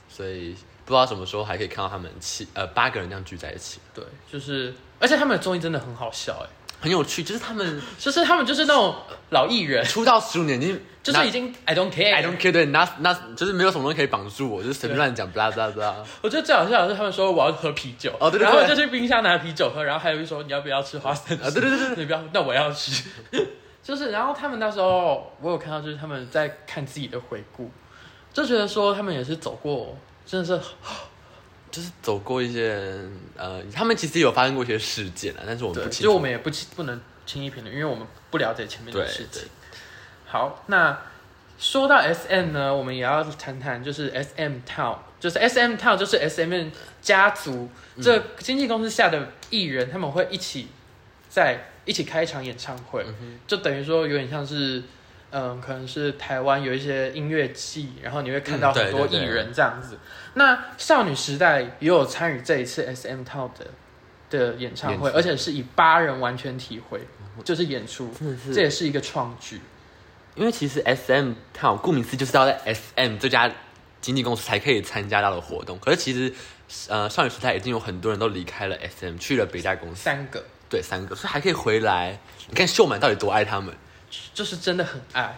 Speaker 1: 所以不知道什么时候还可以看到他们七呃八个人这样聚在一起，
Speaker 2: 对，就是而且他们的综艺真的很好笑哎、
Speaker 1: 很有趣。就是他们
Speaker 2: 就是他们就是那种老艺人，
Speaker 1: 出道十五年，已经
Speaker 2: 就是已经 I don't care
Speaker 1: I don't care，对，那那就是没有什么东西可以绑住我，就是随便乱讲，blah blah blah。
Speaker 2: 我觉得最好笑的是他们说我要喝啤酒，
Speaker 1: 哦对对对
Speaker 2: 然后就去冰箱拿啤酒喝，然后还有一说你要不要吃花生啊
Speaker 1: 啊对对对对，
Speaker 2: 你不要，那我要吃， 就是然后他们那时候我有看到就是他们在看自己的回顾，就觉得说他们也是走过，真的是
Speaker 1: 就是走过一些呃，他们其实有发生过一些事件啊，但是我们
Speaker 2: 对，
Speaker 1: 不
Speaker 2: 其
Speaker 1: 清
Speaker 2: 实
Speaker 1: 楚。
Speaker 2: 我们也不轻不能轻易评论，因为我们不了解前面的
Speaker 1: 对
Speaker 2: 事情
Speaker 1: 对。
Speaker 2: 好，那说到 S M 呢，我们也要谈谈，就是 S M Town，就是 S M Town，就是 S M 家族、
Speaker 1: 嗯
Speaker 2: 这经纪公司下的艺人，他们会一起在一起开一场演唱会，
Speaker 1: 嗯
Speaker 2: 就等于说有点像是。嗯，可能是台湾有一些音乐季，然后你会看
Speaker 1: 嗯
Speaker 2: 到
Speaker 1: 对
Speaker 2: 很多艺
Speaker 1: 对对
Speaker 2: 人这样子。那少女时代也有参与这一次 S M Town 的的演唱会，
Speaker 1: 演出
Speaker 2: 而且是以八人完全体会，就是演出，
Speaker 1: 嗯真的是
Speaker 2: 这也是一个创举。
Speaker 1: 因为其实 S M 它有顾名思义就是要在 S M 这家经纪公司才可以参加到的活动，可是其实呃少女时代已经有很多人都离开了 S M 去了别家公司，
Speaker 2: 三个
Speaker 1: 对，三个，所以还可以回来。你看秀满到底多爱他们，
Speaker 2: 就是真的很爱，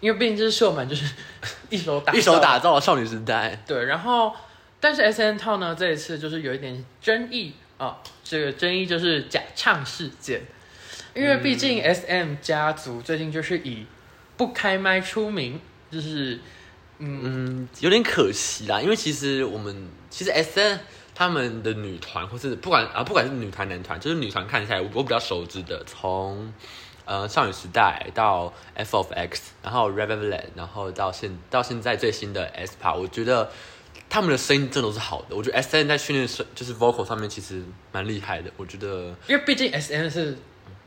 Speaker 2: 因为毕竟这是秀满，就是 一手打造
Speaker 1: 一手打造了少女时代。
Speaker 2: 对，然后但是 S N 套呢这一次就是有一点争议啊、这个争议就是假唱事件，因为毕
Speaker 1: 嗯
Speaker 2: 竟 S M 家族最近就是以不开麦出名，就是
Speaker 1: 嗯，有点可惜啦，因为其实我们其实 S N 他们的女团，或是不管啊，不管是女团男团，就是女团看起来我我比较熟知的，从呃少女时代到 F of X，然后 r e v e l a n 然后到现到现在最新的 S p a 我觉得他们的声音真的都是好的。我觉得 S N 在训练声就是 vocal 上面其实蛮厉害的，我觉得
Speaker 2: 因为毕竟 S N 是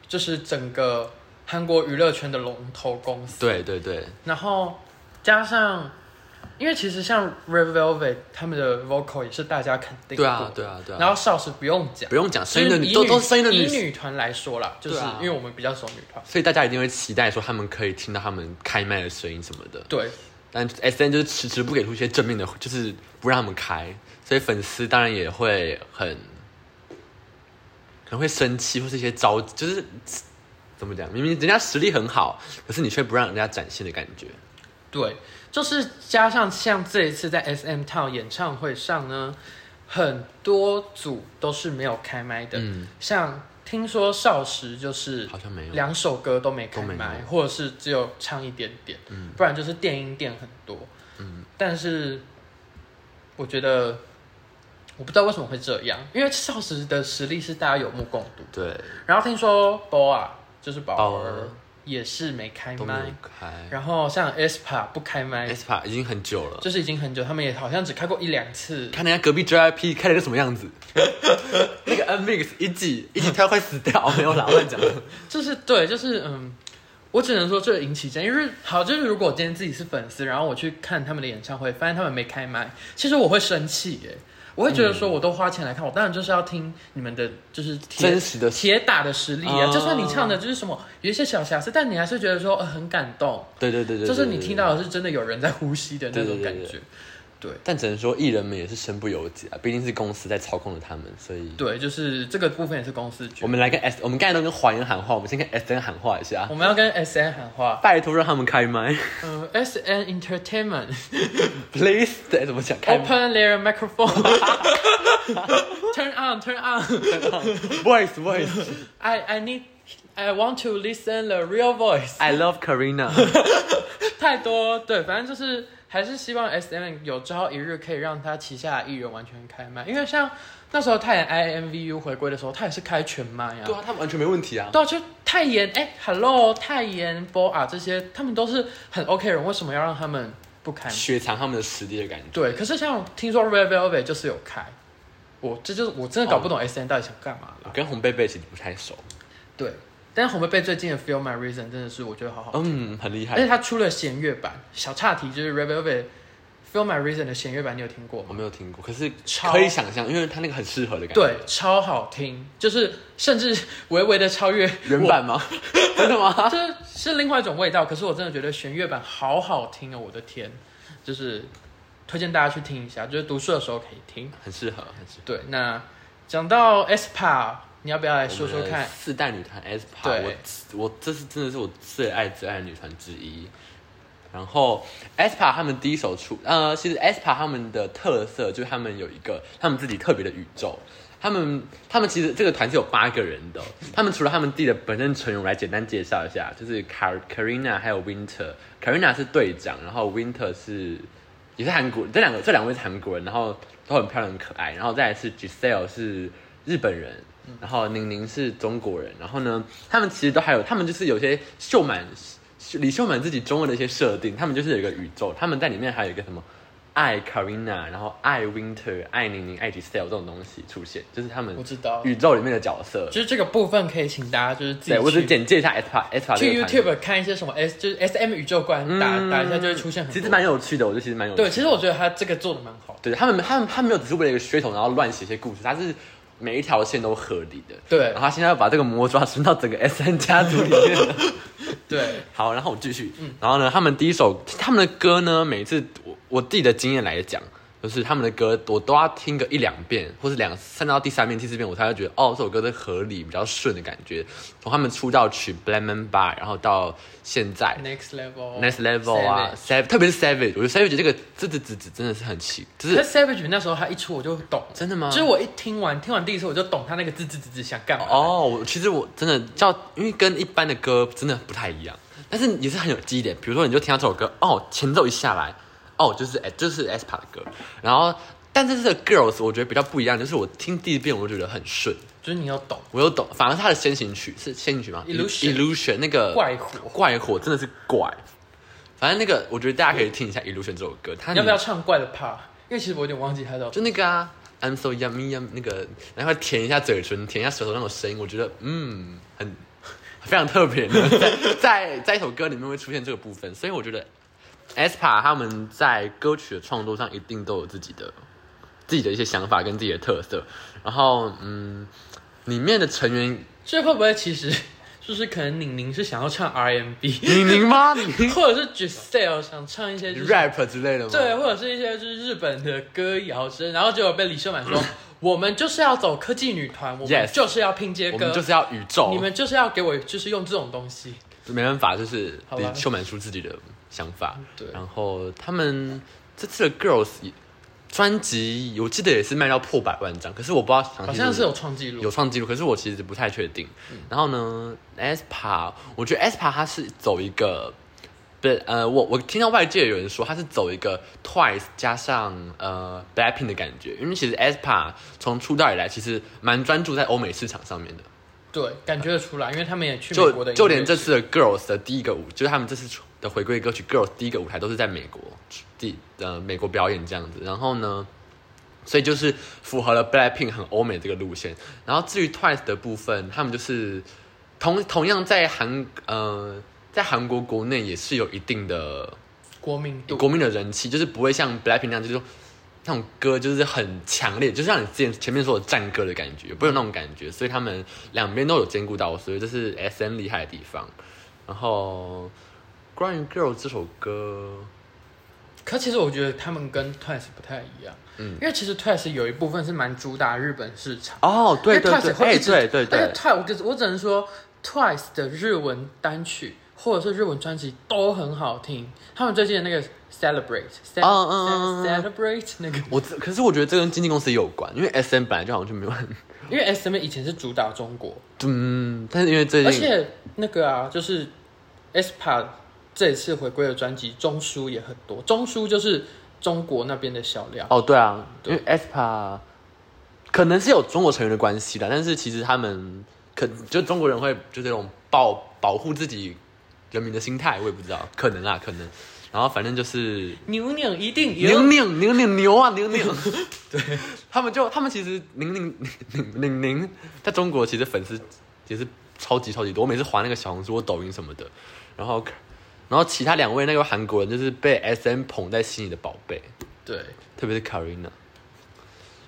Speaker 2: 就是整个韩国娱乐圈的龙头公司，
Speaker 1: 对对对，
Speaker 2: 然后加上，因为其实像 Red Velvet 他们的 vocal 也是大家肯定的
Speaker 1: 对啊对啊对啊
Speaker 2: 然后少时不用讲，
Speaker 1: 不用讲
Speaker 2: 就
Speaker 1: 声
Speaker 2: 是
Speaker 1: 音的
Speaker 2: 以
Speaker 1: 女都都是声音的
Speaker 2: 以
Speaker 1: 女
Speaker 2: 女团来说啦，就是
Speaker 1: 对啊
Speaker 2: 因为我们比较熟女团，
Speaker 1: 所以大家一定会期待说他们可以听到他们开麦的声音什么的。
Speaker 2: 对，
Speaker 1: 但 S N 就是迟迟不给出一些正面的，就是不让他们开，所以粉丝当然也会很可能会生气，或是一些着，就是怎么讲？明明人家实力很好，可是你却不让人家展现的感觉。
Speaker 2: 对，就是加上像这一次在 S M Town 演唱会上呢，很多组都是没有开麦的，
Speaker 1: 嗯，
Speaker 2: 像听说少时就是
Speaker 1: 好像没有。
Speaker 2: 两首歌都没开
Speaker 1: 都没
Speaker 2: 麦
Speaker 1: 有，
Speaker 2: 或者是只有唱一点点，
Speaker 1: 嗯
Speaker 2: 不然就是电音店很多。
Speaker 1: 嗯
Speaker 2: 但是我觉得我不知道为什么会这样，因为少时的实力是大家有目共睹。
Speaker 1: 对，
Speaker 2: 然后听说 BOA 就是宝
Speaker 1: 嗯宝
Speaker 2: 儿
Speaker 1: 儿
Speaker 2: 也是没开
Speaker 1: 都没
Speaker 2: 麦
Speaker 1: 有，开。
Speaker 2: 然后像 ESPA 不开麦，
Speaker 1: SPA 已经很久了，
Speaker 2: 就是已经很久，他们也好像只开过一两次。
Speaker 1: 看人家隔壁 JYP 开的个什么样子， 那个 N Mix 一挤一挤跳快死掉，没有啦，乱讲。
Speaker 2: 就是对，就是嗯，我只能说这引起争议。因为好，就是如果我今天自己是粉丝，然后我去看他们的演唱会，发现他们没开麦，其实我会生气耶。我会觉得
Speaker 1: 嗯
Speaker 2: 说，我都花钱来看，我当然就是要听你们的，就是铁
Speaker 1: 真实的
Speaker 2: 铁打的实力啊。
Speaker 1: 哦
Speaker 2: 就算你唱的就是什么有一些小瑕疵，但你还是觉得说，呃，很感动，
Speaker 1: 对对对对，对
Speaker 2: 就是你听，到的是真的有人在呼吸的那种感
Speaker 1: 对对对
Speaker 2: 觉。对
Speaker 1: 对但只能说艺人们也是身不由己啊，毕竟是公司在操控着他们，所以
Speaker 2: 对，就是这个部分也是公司决
Speaker 1: 我。们来跟 S，我们刚才都跟华研喊话，我们先跟 S N 喊话一下
Speaker 2: 我，们要跟 S N 喊话，
Speaker 1: 拜托让他们开麦
Speaker 2: 嗯，S N Entertainment。
Speaker 1: ，Please，对，怎么讲？开 麦
Speaker 2: Open their microphone. turn on, turn on.
Speaker 1: voice voice。
Speaker 2: I I need. I want to listen the real voice.
Speaker 1: I love Karina，
Speaker 2: 太多对，反正就是还是希望 S M 有朝一日可以让他旗下的艺人完全开麦，因为像那时候泰妍 I M V U 回归的时候，他也是开全麦啊。
Speaker 1: 对啊，他们完全没问题啊。
Speaker 2: 对啊，就泰妍哎、h e l l o 泰妍 Bo 啊这些，他们都是很 OK 的人，为什么要让他们不开麦？
Speaker 1: 雪藏他们的实力的感觉。
Speaker 2: 对，可是像听说 Red Velvet 就是有开，我这就是我真的搞
Speaker 1: 哦
Speaker 2: 不懂 S M 到底想干嘛了
Speaker 1: 我。跟红贝贝其实不太熟，
Speaker 2: 对，但是红贝贝最近的《Feel My Reason》真的是我觉得好好，
Speaker 1: 嗯，很厉
Speaker 2: 而且
Speaker 1: 害。
Speaker 2: 他出了弦乐版。小岔题就是 Red Velvet《Feel My Reason》的弦乐版，你有听过
Speaker 1: 我
Speaker 2: 吗？
Speaker 1: 没有听过，可是
Speaker 2: 超
Speaker 1: 可以想象，因为他那个很适合的感觉。
Speaker 2: 对，，超好听，就是甚至微微的超越
Speaker 1: 原版吗？ 真的吗？
Speaker 2: 我，这是另外一种味道。可是我真的觉得弦乐版好好听哦，我的天，就是推荐大家去听一下，就是读书的时候可以听。
Speaker 1: 很适合，很适合。
Speaker 2: 对，那讲到 SPA，你要不要来说说
Speaker 1: 我们的
Speaker 2: 看？
Speaker 1: 四代女团 S p a 我
Speaker 2: 对
Speaker 1: 我这是真的是我最爱最爱的女团之一。然后 S p a 他们第一首出，呃，其实 S p a 他们的特色就是他们有一个他们自己特别的宇宙。他们他们其实这个团是有八个人的哦，他们除了他们自己的本身成员，我来简单介绍一下，就是 Car Karina 还有 Winter。Karina 是队长，然后 Winter 是也是韩国人，这两个这两位是韩国人，然后都很漂亮很可爱，然后再来是 Giselle 是日本人，然后宁宁是中国人，然后呢，他们其实都还有，他们就是有些秀满李秀满自己中文的一些设定，他们就是有一个宇宙，他们在里面还有一个什么爱 Karina，然后爱 Winter，爱宁宁，爱 Giselle 这种东西出现，就是他们
Speaker 2: 我知道，
Speaker 1: 宇宙里面的角色。
Speaker 2: 就是这个部分可以请大家就是自己
Speaker 1: 对，我只
Speaker 2: 去
Speaker 1: 简介一下 S p a S p a
Speaker 2: 去 YouTube 看一些什么 S 就是 S M 宇宙观打、打一下就会出现很多。
Speaker 1: 嗯其实蛮有趣的，我觉得其实蛮有趣的
Speaker 2: 对，其实我觉得他这个做的蛮好的。
Speaker 1: 对他们，他们他们没有只是为了一个噱头，然后乱写一些故事，他是每一条线都合理的。
Speaker 2: 对
Speaker 1: 然后他现在要把这个魔爪伸到整个 S N 家族里面。
Speaker 2: 对，
Speaker 1: 好，然后我继续。
Speaker 2: 嗯
Speaker 1: 然后呢，他们第一首他们的歌呢，每次我我自己的经验来讲，就是他们的歌我都要听个一两遍，或是两三到第三遍、第四遍，我才会觉得哦，这首歌的合理比较顺的感觉。从他们出道曲《Blame and Bar》，然后到现在
Speaker 2: Next Level。
Speaker 1: Next Level 啊
Speaker 2: 哦 Savage
Speaker 1: ，Savage，特别是 Savage，我觉得 Savage 这个这这这这真的是很奇，就
Speaker 2: 可
Speaker 1: 是
Speaker 2: 是 Savage 那时候他一出我就懂，
Speaker 1: 真的吗？
Speaker 2: 就是我一听完听完第一次我就懂他那个字字字字想干嘛。哦，
Speaker 1: 哦，我其实我真的叫，因为跟一般的歌真的不太一样，但是也是很有记忆点。比如说，你就听到这首歌，哦，前奏一下来，哦，就是 S- 就是 S p a 的歌，然后，但是这个 Girls 我觉得比较不一样，就是我听第一遍我就觉得很顺，
Speaker 2: 就是你要懂
Speaker 1: 我又懂，反而是它的先行曲是先行曲吗
Speaker 2: Illusion
Speaker 1: Illusion 那个
Speaker 2: 怪火。
Speaker 1: 怪火真的是怪，反正那个我觉得大家可以听一下 Illusion 这首歌，它
Speaker 2: 你要不要唱怪的 part？因为其实我有点忘记他的。
Speaker 1: 就那个啊，I'm so yummy yum 那个，然后舔一下嘴唇，舔一下舌头那种声音，我觉得嗯，很 非常特别的，在在在一首歌里面会出现这个部分，所以我觉得 aespa 他们在歌曲的创作上一定都有自己的自己的一些想法跟自己的特色，然后嗯，里面的成员
Speaker 2: 所以会不会其实就是可能宁宁是想要唱 R&B，
Speaker 1: 李宁吗？李宁
Speaker 2: 或者是 Giselle 想唱一些就是
Speaker 1: rap 之类的吗？
Speaker 2: 对，或者是一些就是日本的歌谣之类，然后结果被李秀满 说， 我们就是要走科技女团，我们
Speaker 1: Yes
Speaker 2: 就是要拼接
Speaker 1: 我
Speaker 2: 歌
Speaker 1: 们就，是哦要宇宙，
Speaker 2: 你们就是要给我就是用这种东西。
Speaker 1: 没办法，就是
Speaker 2: 好吧
Speaker 1: 李秀满出自己的想法。
Speaker 2: 对
Speaker 1: 然后他们这次的 Girls 也专辑，我记得也是卖到破百万张，可是我不知道详细
Speaker 2: 好像
Speaker 1: 多
Speaker 2: 是
Speaker 1: 少
Speaker 2: 有嗯创纪录，
Speaker 1: 有创纪录，可是我其实不太确定。然后呢，aespa，我觉得 aespa 它是走一个，不是呃，我我听到外界有人说它是走一个 twice 加上呃 blackpink 的感觉，因为其实 aespa 从出道以来其实蛮专注在欧美市场上面的。
Speaker 2: 对，感觉得出来，因为他们也去美国
Speaker 1: 就
Speaker 2: 的，
Speaker 1: 就连这，次的 Girls 的第一个舞，就是他们这次的回归歌曲 Girls 第一个舞台都是在美国第呃美国表演这样子。然后呢，所以就是符合了 Blackpink 很欧美这个路线。然后至于 Twice 的部分，他们就是同同样在韩呃在韩国国内也是有一定的
Speaker 2: 国民度，
Speaker 1: 国民的人气，就是不会像 Blackpink 那样，就是说那种歌就是很强烈，就像你之前前面说的战歌的感觉，不会有那种感觉，所以他们两边都有兼顾到，所以这是 S M 厉害的地方。然后关于 Girl 这首歌，
Speaker 2: 可其实我觉得他们跟 Twice 不太一样，嗯，因为其实 Twice 有一部分是蛮主打日本市场，
Speaker 1: 哦，对对
Speaker 2: 因为 Twice
Speaker 1: 对，
Speaker 2: 会
Speaker 1: 哎
Speaker 2: 一直
Speaker 1: 对对
Speaker 2: 而
Speaker 1: 对
Speaker 2: 且，Twice 我只我只能说 Twice 的日文单曲或者是日文专辑都很好听，他们最近的那个 Celebrate，ce-
Speaker 1: 嗯嗯嗯嗯
Speaker 2: ce- Celebrate 那个，
Speaker 1: 我这可是我觉得这跟经纪公司也有关，因为 S M 本来就好像就没有很，
Speaker 2: 因为 S M 以前是主打中国，
Speaker 1: 嗯，但是因为最
Speaker 2: 而
Speaker 1: 近
Speaker 2: 且那个啊，就是 aespa 这一次回归的专辑中枢也很多，中枢就是中国那边的销量。
Speaker 1: 哦，对啊，因为 aespa 可能是有中国成员的关系的，但是其实他们可就中国人会就这种保保护自己人民的心态，我也不知道，可能啊，可能。然后反正就是
Speaker 2: 牛牛一定
Speaker 1: 宁
Speaker 2: 赢，
Speaker 1: 宁宁宁牛啊宁宁，对他们就他们其实宁宁宁宁宁在中国其实粉丝也是超级超级多，我每次划那个小红书、我抖音什么的，然后然后其他两位那个韩国人就是被 S M 捧在心里的宝贝，
Speaker 2: 对，
Speaker 1: 特别是 Karina，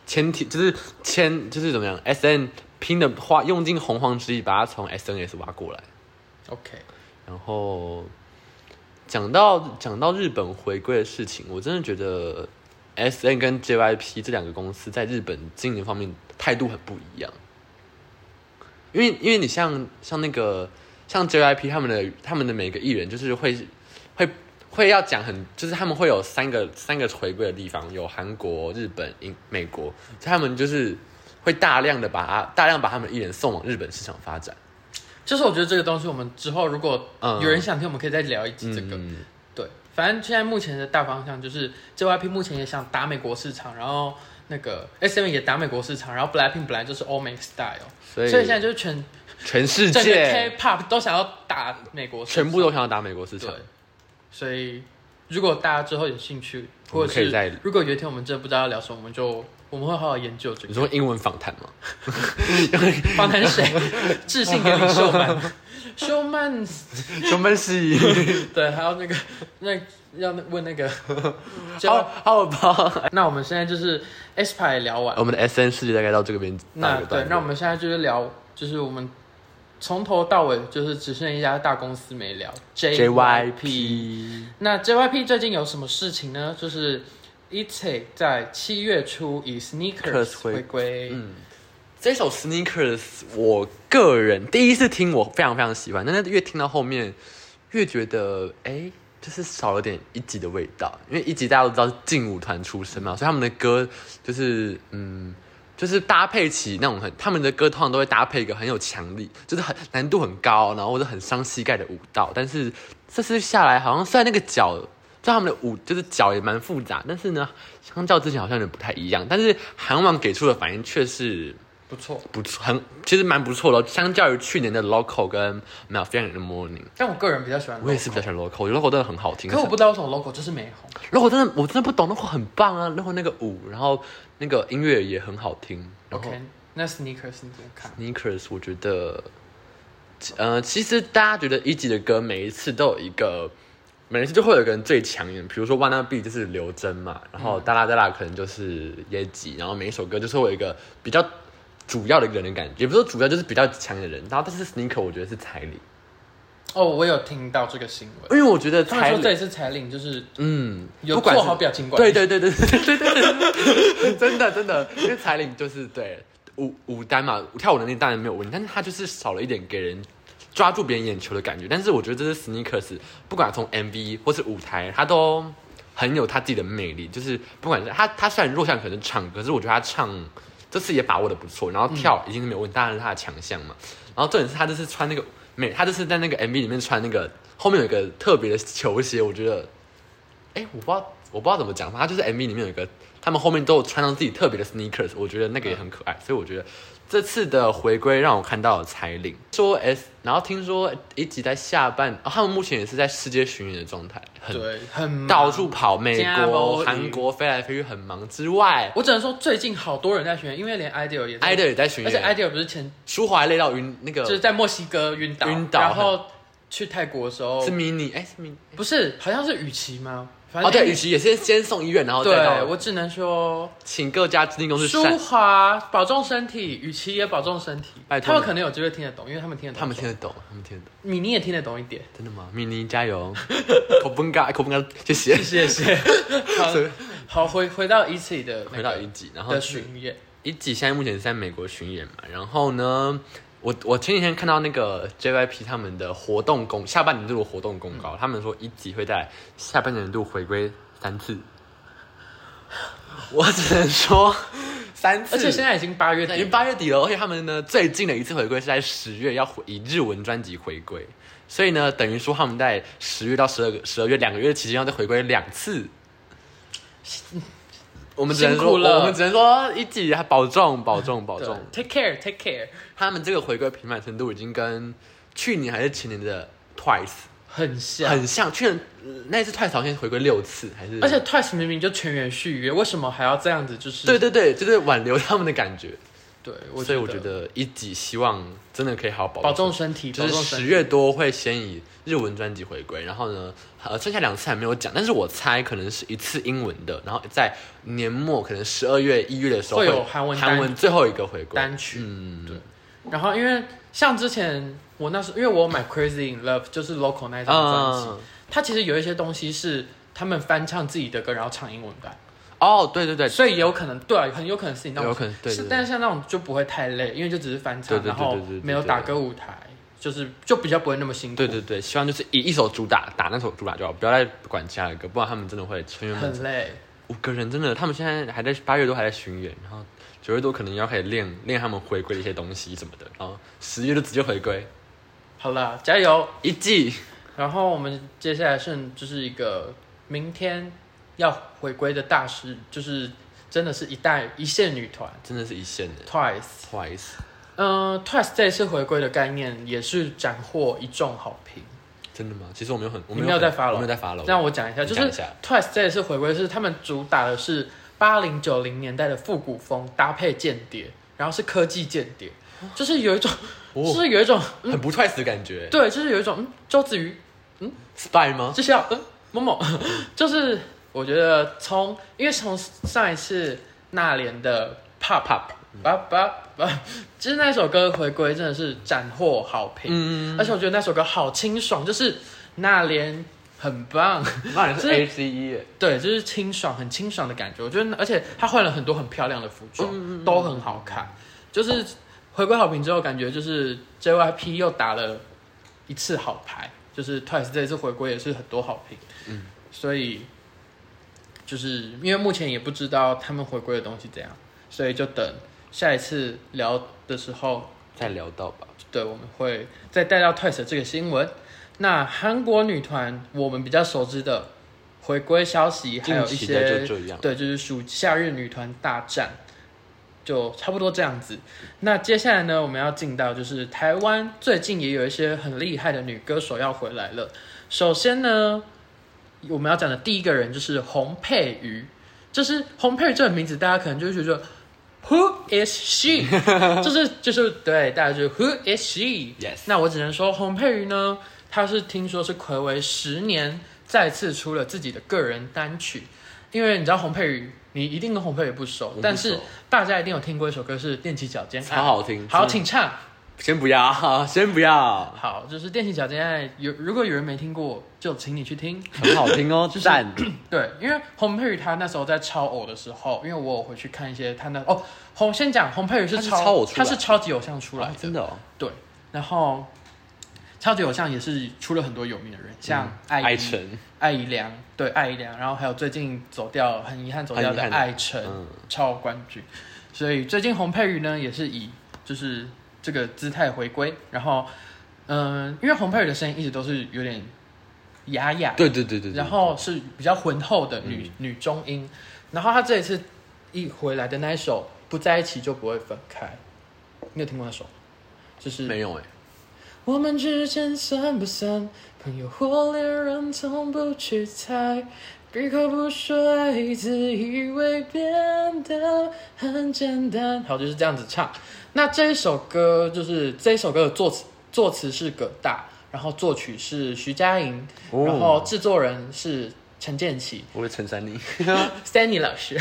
Speaker 1: 前提就是前就是怎么样，S N 拼的花用尽洪荒之力把他从 S N S 挖过来，
Speaker 2: OK，
Speaker 1: 然后讲到讲到日本回归的事情，我真的觉得 S N 跟 J Y P 这两个公司在日本经营方面态度很不一样，因为因为你像像那个像 J Y P 他们的他们的每个艺人就是会会会要讲很，就是他们会有三个三个回归的地方，有韩国、日本、英美国，所以他们就是会大量的把他大量把他们的艺人送往日本市场发展。
Speaker 2: 就是我觉得这个东西，我们之后如果
Speaker 1: 嗯
Speaker 2: 有人想听，我们可以再聊一集这个。
Speaker 1: 嗯
Speaker 2: 对，反正现在目前的大方向就是 JYP 目前也想打美国市场，然后那个 SM 也打美国市场，然后 Blackpink 本来就是欧美 style，
Speaker 1: 所以
Speaker 2: 所以现在就是全
Speaker 1: 全世
Speaker 2: 整个
Speaker 1: 界
Speaker 2: K-pop 都想要打美国市场，
Speaker 1: 全部都想要打美国市场
Speaker 2: 对。，所以如果大家之后有兴趣，
Speaker 1: 我
Speaker 2: 或
Speaker 1: 们
Speaker 2: 者
Speaker 1: 可以再
Speaker 2: 是如果有一天我们真的不知道要聊什么，我们就我们会好好研究这
Speaker 1: 你
Speaker 2: 个。
Speaker 1: 说英文访谈吗？
Speaker 2: 访谈谁？致信给李 秀曼，秀曼
Speaker 1: 熊本系，
Speaker 2: 对，还有那个那要那问那个，
Speaker 1: 嗯 好好吧。
Speaker 2: 那我们现在就是 S 牌聊完，
Speaker 1: 我们的 S N 世哦界大概到这个边，
Speaker 2: 那
Speaker 1: 到一个
Speaker 2: 对
Speaker 1: 段，落
Speaker 2: 那我们现在就是聊，就是我们从头到尾就是只剩一家大公司没聊
Speaker 1: J Y。P
Speaker 2: 那 JYP 最近有什么事情呢？就是 ITZY 在七月初以 Sneakers
Speaker 1: 回
Speaker 2: 回归，嗯，
Speaker 1: 这首 Sneakers，我个人第一次听我非常非常喜欢，但是越听到后面越觉得，哎，就是少了点一级的味道，因为一级大家都知道是劲舞团出身嘛，所以他们的歌就是嗯。就是搭配起那种很，他们的歌通常都会搭配一个很有强力，就是很难度很高，然后或者很伤膝盖的舞蹈。但是这次下来，好像虽然那个脚，就他们的舞就是脚也蛮复杂，但是呢，相较之前好像有点不太一样。但是韩网给出的反应却是
Speaker 2: 不错。
Speaker 1: 不错，很其实蛮不错的哦。相较于去年的 Local 跟 Malfian in the Morning，
Speaker 2: 但我个人比较喜欢 Local，
Speaker 1: 我也是比较喜欢 Local，我觉得 Local 真的很好听。
Speaker 2: 可我不知道为什么 logo 就是没红。
Speaker 1: ，Local 真的我真的不懂，Local 很棒啊，Local 那个舞，然后那个音乐也很好听。然后
Speaker 2: OK，那 Sneakers 你怎么看？
Speaker 1: Sneakers，我觉得，呃，其实大家觉得一级的歌每一次都有一个，每一次就会有一个人最抢眼，比如说 Wanna Be 就是刘真嘛，然
Speaker 2: 嗯
Speaker 1: 后哒啦哒啦可能就是耶吉，然后每一首歌就是会有一个比较主要的一个人的感觉，也不是说主要就是比较强的人，然后但是 Sneaker 我觉得是彩礼，
Speaker 2: 哦，我有听到这个新
Speaker 1: 因
Speaker 2: 闻，
Speaker 1: 为我觉得
Speaker 2: 他们
Speaker 1: 彩
Speaker 2: 说这
Speaker 1: 礼，
Speaker 2: 一次彩铃就是
Speaker 1: 嗯，
Speaker 2: 有
Speaker 1: 不管
Speaker 2: 做
Speaker 1: 是
Speaker 2: 好表情管
Speaker 1: 对
Speaker 2: 理，
Speaker 1: 对对对对对对对，真的真的，因为彩铃就是对舞舞担嘛，跳舞能力当然没有问题，但是他就是少了一点给人抓住别人眼球的感觉。但是我觉得这是 Sneakers，不管从 MV 或是舞台，他都很有他自己的魅力。就是不管是他他虽然弱项可能是唱，可是我觉得他唱这次也把握的不错，然后跳已经是没有问题，当然是他的强项嘛。然后重点是他这次穿那个美，他这次在那个 MV 里面穿那个后面有一个特别的球鞋，我觉得哎、我不知道，我不知道怎么
Speaker 2: 嗯
Speaker 1: 讲，反正就是 MV 里面有一个，他们后面都有穿上自己特别的 sneakers，我觉得那个也很可爱，所以我觉得这次的回归让我看到了彩铃，说 S，然后听说一集在下半、哦，他们目前也是在世界巡演的状态，很
Speaker 2: 对，嗯很
Speaker 1: 到处。跑，美
Speaker 2: 加
Speaker 1: 国、
Speaker 2: 油
Speaker 1: 韩国飞来飞去，很忙之外
Speaker 2: 我只能说最近好多人在巡演，因为连 IDEAL 也在
Speaker 1: ，idol 也在巡
Speaker 2: 而且
Speaker 1: 演，
Speaker 2: IDEAL 不是前
Speaker 1: 舒华累到晕，那个
Speaker 2: 就是在墨西哥晕倒，
Speaker 1: 晕倒
Speaker 2: 然后去泰国的时候
Speaker 1: 是迷你，哎、是迷
Speaker 2: 不是好像是雨琦吗？反
Speaker 1: 哦，
Speaker 2: 正
Speaker 1: 对，雨琦也是先送医院，然后再
Speaker 2: 对
Speaker 1: 到
Speaker 2: 我只能说
Speaker 1: 请各家指定公司
Speaker 2: 舒
Speaker 1: 善，
Speaker 2: 华保重身体，雨琦也保重身体。
Speaker 1: 拜托
Speaker 2: 他们可能有机会听得懂，因为他们听得懂。
Speaker 1: 他们听得懂，他们听得懂，
Speaker 2: 米妮也听得懂一 点。
Speaker 1: 真的吗？米妮加油， 口崩嘎，口崩嘎，谢谢。
Speaker 2: 谢谢。好
Speaker 1: 所以，
Speaker 2: 好回回到一次的那个
Speaker 1: 回到一集，然后
Speaker 2: 的巡演，
Speaker 1: 一集现在目前是在美国巡演嘛，然后呢，我我前几天看到那个 JYP 他们的活动公下半年度的活动公
Speaker 2: 嗯
Speaker 1: 告，他们说一集会在下半年度回归三次，我只能说三次，
Speaker 2: 而且现在已经八月
Speaker 1: 已经
Speaker 2: 底，
Speaker 1: 八月底了，而且他们呢最近的一次回归是在十月，要回以日文专辑回归，所以呢，等于说他们在十月到十二个十二月两个月期间要再回归两次。我们只能
Speaker 2: 辛
Speaker 1: 说，
Speaker 2: 苦了
Speaker 1: 我们只能说一季保重，保重，保
Speaker 2: 对
Speaker 1: 重。
Speaker 2: ，Take care，Take care，
Speaker 1: 他们这个回归频繁程度已经跟去年还是前年的 Twice
Speaker 2: 很像。
Speaker 1: 很像，去年呃那一次 Twice 好像回归六次，还是
Speaker 2: 啊而且 Twice 明明就全员续约，为什么还要这样子？就是
Speaker 1: 对对对，就是挽留他们的感觉。
Speaker 2: 对，
Speaker 1: 所以我觉得一季希望真的可以好好保
Speaker 2: 保重身体，
Speaker 1: 就
Speaker 2: 保
Speaker 1: 是
Speaker 2: 重身
Speaker 1: 十
Speaker 2: 体。
Speaker 1: 月多会先以日文专辑回归，然后呢，呃，剩下两次还没有讲，但是我猜可能是一次英文的，然后在年末可能十二月、一月的时候
Speaker 2: 会有韩文单
Speaker 1: 韩文最后一个回归
Speaker 2: 单曲
Speaker 1: 嗯，
Speaker 2: 对然后因为像之前我那时候，因为我有买 Crazy in Love 就是 Local 那一张专辑，
Speaker 1: 嗯，
Speaker 2: 它其实有一些东西是他们翻唱自己的歌，然后唱英文版，
Speaker 1: 哦，对对对，
Speaker 2: 所以也有可能对、啊，很有可能是你那种
Speaker 1: 有可能对
Speaker 2: 是
Speaker 1: 对，
Speaker 2: 但
Speaker 1: 对
Speaker 2: 是像那种就不会太累，因为就只是翻唱，
Speaker 1: 对对对
Speaker 2: 然后
Speaker 1: 对对对
Speaker 2: 没有打歌舞台，就是就比较不会那么辛苦。
Speaker 1: 对对对，希望就是以一首主打打那首主打就好，不要再管其他的歌，不然他们真的会成员们
Speaker 2: 很累。
Speaker 1: 五个人真的，他们现在还在八月多还在巡演，然后九月多可能要开始练练他们回归的一些东西什么的，然后十月就直接回归
Speaker 2: 好啦，加油！
Speaker 1: 一季。
Speaker 2: 然后我们接下来剩就是一个明天要回归的大师，就是真的是一代一线女团
Speaker 1: 真的是一线的
Speaker 2: Twice。
Speaker 1: twice，
Speaker 2: 嗯、t w i c e 这一次回归的概念也是斩获一众好评。
Speaker 1: 真的吗？其实我没有很，我
Speaker 2: 你
Speaker 1: 没
Speaker 2: 没有在
Speaker 1: 很
Speaker 2: follow
Speaker 1: 我没有在发了。
Speaker 2: 让我讲一下，就
Speaker 1: 你讲
Speaker 2: 是
Speaker 1: 一下
Speaker 2: Twice 这一次回归是他们主打的是八零九零年代的复古风，搭配间谍，然后是科技间谍，就是有一种，就
Speaker 1: 哦，
Speaker 2: 是有一种，
Speaker 1: 很不 twice 的感觉
Speaker 2: 对，就是有一种，嗯，周子瑜，
Speaker 1: ，spy 吗？
Speaker 2: 这要，嗯，某某， 就是我觉得从，因为从上一次那年的 Pop Pop。叭叭叭，就是那首歌回归真的是斩获好评，
Speaker 1: 嗯，
Speaker 2: 而且我觉得那首歌好清爽，就是那年很棒，
Speaker 1: 那也是
Speaker 2: 这
Speaker 1: A C E，
Speaker 2: 对，就是清爽，很清爽的感觉。我觉得，而且她换了很多很漂亮的服装，都很好看。就是回归好评之后，感觉就是 JYP 又打了一次好牌，就是 Twice 这一次回归也是很多好评。
Speaker 1: 嗯，
Speaker 2: 所以就是因为目前也不知道他们回归的东西怎样，所以就等下一次聊的时候
Speaker 1: 再聊到吧。
Speaker 2: 对，我们会再带到 Twice 的这个新闻。那韩国女团我们比较熟知的回归消息，还有一
Speaker 1: 近期的
Speaker 2: 些
Speaker 1: 就这样
Speaker 2: 对，就是暑夏日女团大战，就差不多这样子。那接下来呢，我们要进到就是台湾最近也有一些很厉害的女歌手要回来了。首先呢，我们要讲的第一个人就是洪佩瑜，就是洪佩瑜这个名字，大家可能就会觉得 Who is she？就是 就是对，大家就 Who is she？
Speaker 1: Yes，
Speaker 2: 那我只能说，洪佩瑜呢，她是听说是暌违十年再次出了自己的个人单曲，因为你知道洪佩瑜，你一定跟洪佩瑜不熟，
Speaker 1: 不
Speaker 2: 但是
Speaker 1: 熟
Speaker 2: 大家一定有听过一首歌是《踮起脚尖爱
Speaker 1: 超》，好听，
Speaker 2: 哎好，
Speaker 1: 真的，
Speaker 2: 请唱。
Speaker 1: 先不要， 先不要，
Speaker 2: 好，就是《踮起脚尖爱》，有如果有人没听过，就请你去听。
Speaker 1: 很好听 哦，
Speaker 2: 就是
Speaker 1: 赞。
Speaker 2: 对，因为洪佩瑜她那时候在超偶的时候，因为我有回去看一些她那哦，洪先讲洪佩瑜是
Speaker 1: 她是
Speaker 2: 超
Speaker 1: 超偶出
Speaker 2: 她
Speaker 1: 来
Speaker 2: 是超级偶像出来
Speaker 1: 哦
Speaker 2: 的，
Speaker 1: 真的哦，
Speaker 2: 对，然后超级偶像也是出了很多有名的人，像艾
Speaker 1: 爱
Speaker 2: 怡、
Speaker 1: 嗯晨，
Speaker 2: 艾怡良，对艾怡良，然后还有最近走掉很遗憾走掉
Speaker 1: 很遗
Speaker 2: 的
Speaker 1: 憾的
Speaker 2: 艾晨，
Speaker 1: 嗯
Speaker 2: 超冠军。所以最近洪佩瑜呢也是以就是这个姿态回归，然后嗯、因为洪佩瑜的声音一直都是有点哑哑的
Speaker 1: 对对对对，对嗯
Speaker 2: 然后是比较浑厚的女、女中音，然后她这一次一回来的那一首《不在一起就不会分开》，你有听过那首？就是
Speaker 1: 没有哎、
Speaker 2: 我们之间算不算朋友或恋人？从不去猜，闭口不说爱，自以为变得很简单。好，就是这样子唱。那这一首歌就是这一首歌的作词作词是葛大，然后作曲是徐佳莹，
Speaker 1: 哦
Speaker 2: 然后制作人是陈 建奇。
Speaker 1: 我会陈珊妮。
Speaker 2: Stanley 老师，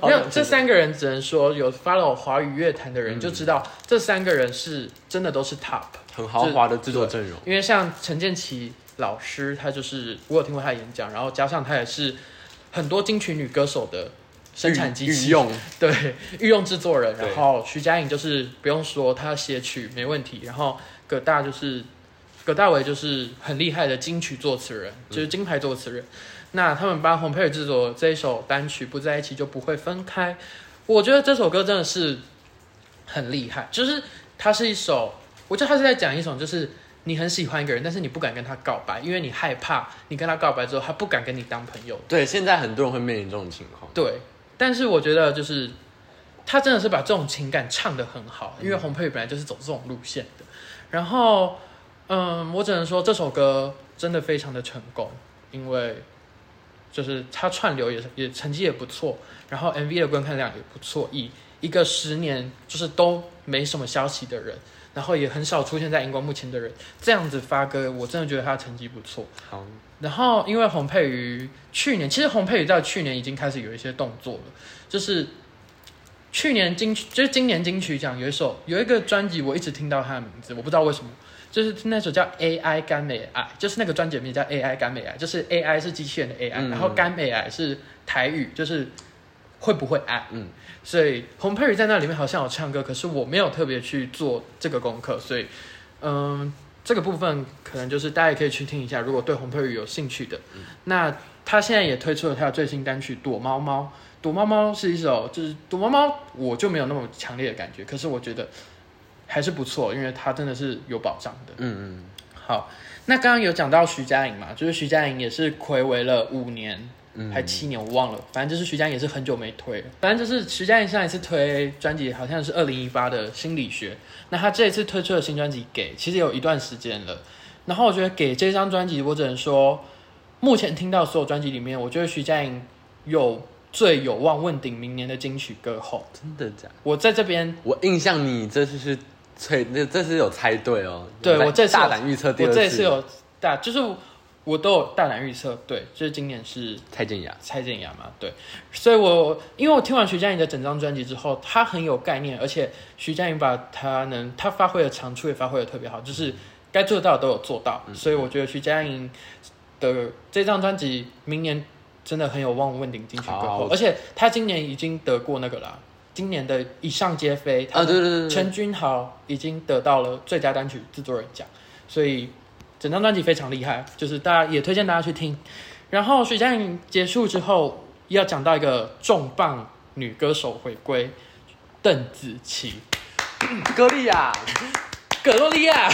Speaker 1: 好
Speaker 2: 没有
Speaker 1: 想
Speaker 2: 这
Speaker 1: 知道
Speaker 2: 三个人只能说有 follow 华语乐坛的人就知道，这三个人是真的都是 top，
Speaker 1: 很豪华的制作阵容，
Speaker 2: 因为像陈建奇老师，他就是我有听过他的演讲，然后加上他也是很多金曲女歌手的生产机器，
Speaker 1: 运用
Speaker 2: 对御用制作人。
Speaker 1: 对
Speaker 2: 然后徐佳莹就是不用说，她写曲没问题。然后葛大就是葛大为就是很厉害的金曲作词人，就是金牌作词人。那他们帮洪佩尔制作这一首单曲《不在一起就不会分开》，我觉得这首歌真的是很厉害，就是它是一首，我觉得它是在讲一种就是。你很喜欢一个人，但是你不敢跟他告白，因为你害怕你跟他告白之后，他不敢跟你当朋友。
Speaker 1: 对，现在很多人会面临这种情况。
Speaker 2: 对，但是我觉得就是他真的是把这种情感唱得很好，因为洪佩瑜本来就是走这种路线的。然后，嗯，我只能说这首歌真的非常的成功，因为就是他串流也是也成绩也不错，然后 MV 的观看量也不错，以一个十年就是都没什么消息的人。然后也很少出现在荧光幕前的人，这样子发歌，我真的觉得他的成绩不错。
Speaker 1: 好，
Speaker 2: 然后因为洪佩瑜去年，其实洪佩瑜在去年已经开始有一些动作了，就是去年金曲，就是今年金曲奖有一首有一个专辑，我一直听到他的名字，我不知道为什么。就是那首叫 AI 干美癌，就是那个专辑名叫 AI 干美癌，就是 AI 是机器人的 AI，、
Speaker 1: 嗯
Speaker 2: 然后干美癌是台语，就是会不会爱。
Speaker 1: 嗯，
Speaker 2: 所以洪佩瑜在那里面好像有唱歌，可是我没有特别去做这个功课，所以嗯，这个部分可能就是大家也可以去听一下，如果对洪佩瑜有兴趣的。那他现在也推出了他的最新单曲《躲猫猫》，《躲猫猫》是一首就是《躲猫猫》，我就没有那么强烈的感觉，可是我觉得还是不错，因为他真的是有保障的。
Speaker 1: 嗯嗯
Speaker 2: 好，那刚刚有讲到徐佳莹嘛，就是徐佳莹也是暌违了五年。
Speaker 1: 嗯，
Speaker 2: 还七年我忘了，反正就是徐佳莹也是很久没推了。反正就是徐佳莹上一次推专辑好像是二零一八的《心理学》，那她这一次推出的新专辑《给》其实有一段时间了。然后我觉得《给》这张专辑，我只能说，目前听到所有专辑里面，我觉得徐佳莹有最有望问鼎明年的金曲歌后。
Speaker 1: 真的假的？
Speaker 2: 我在这边，
Speaker 1: 我印象你这次是猜，那这次有猜对哦。
Speaker 2: 对
Speaker 1: 在
Speaker 2: 我这次有
Speaker 1: 大胆预测呃第
Speaker 2: 我
Speaker 1: 二次，
Speaker 2: 这一次有大，就是我都有大胆预测，对，就是今年是
Speaker 1: 蔡健雅，
Speaker 2: 蔡健雅嘛，对，所以我因为我听完徐佳莹的整张专辑之后，她很有概念，而且徐佳莹把她能她发挥的长处也发挥的特别好，就是该做到的都有做到，
Speaker 1: 嗯
Speaker 2: 所以我觉得徐佳莹的这张专辑明年真的很有望问鼎金曲歌后
Speaker 1: 好，
Speaker 2: 而且她今年已经得过那个啦，今年的《以上皆非》她
Speaker 1: 啊，对对对对，
Speaker 2: 陈君豪已经得到了最佳单曲制作人奖，所以整张专辑非常厉害，就是大家也推荐大家去听。然后徐佳莹结束之后，要讲到一个重磅女歌手回归，邓紫棋，
Speaker 1: 歌莉亚，
Speaker 2: 葛洛莉亚。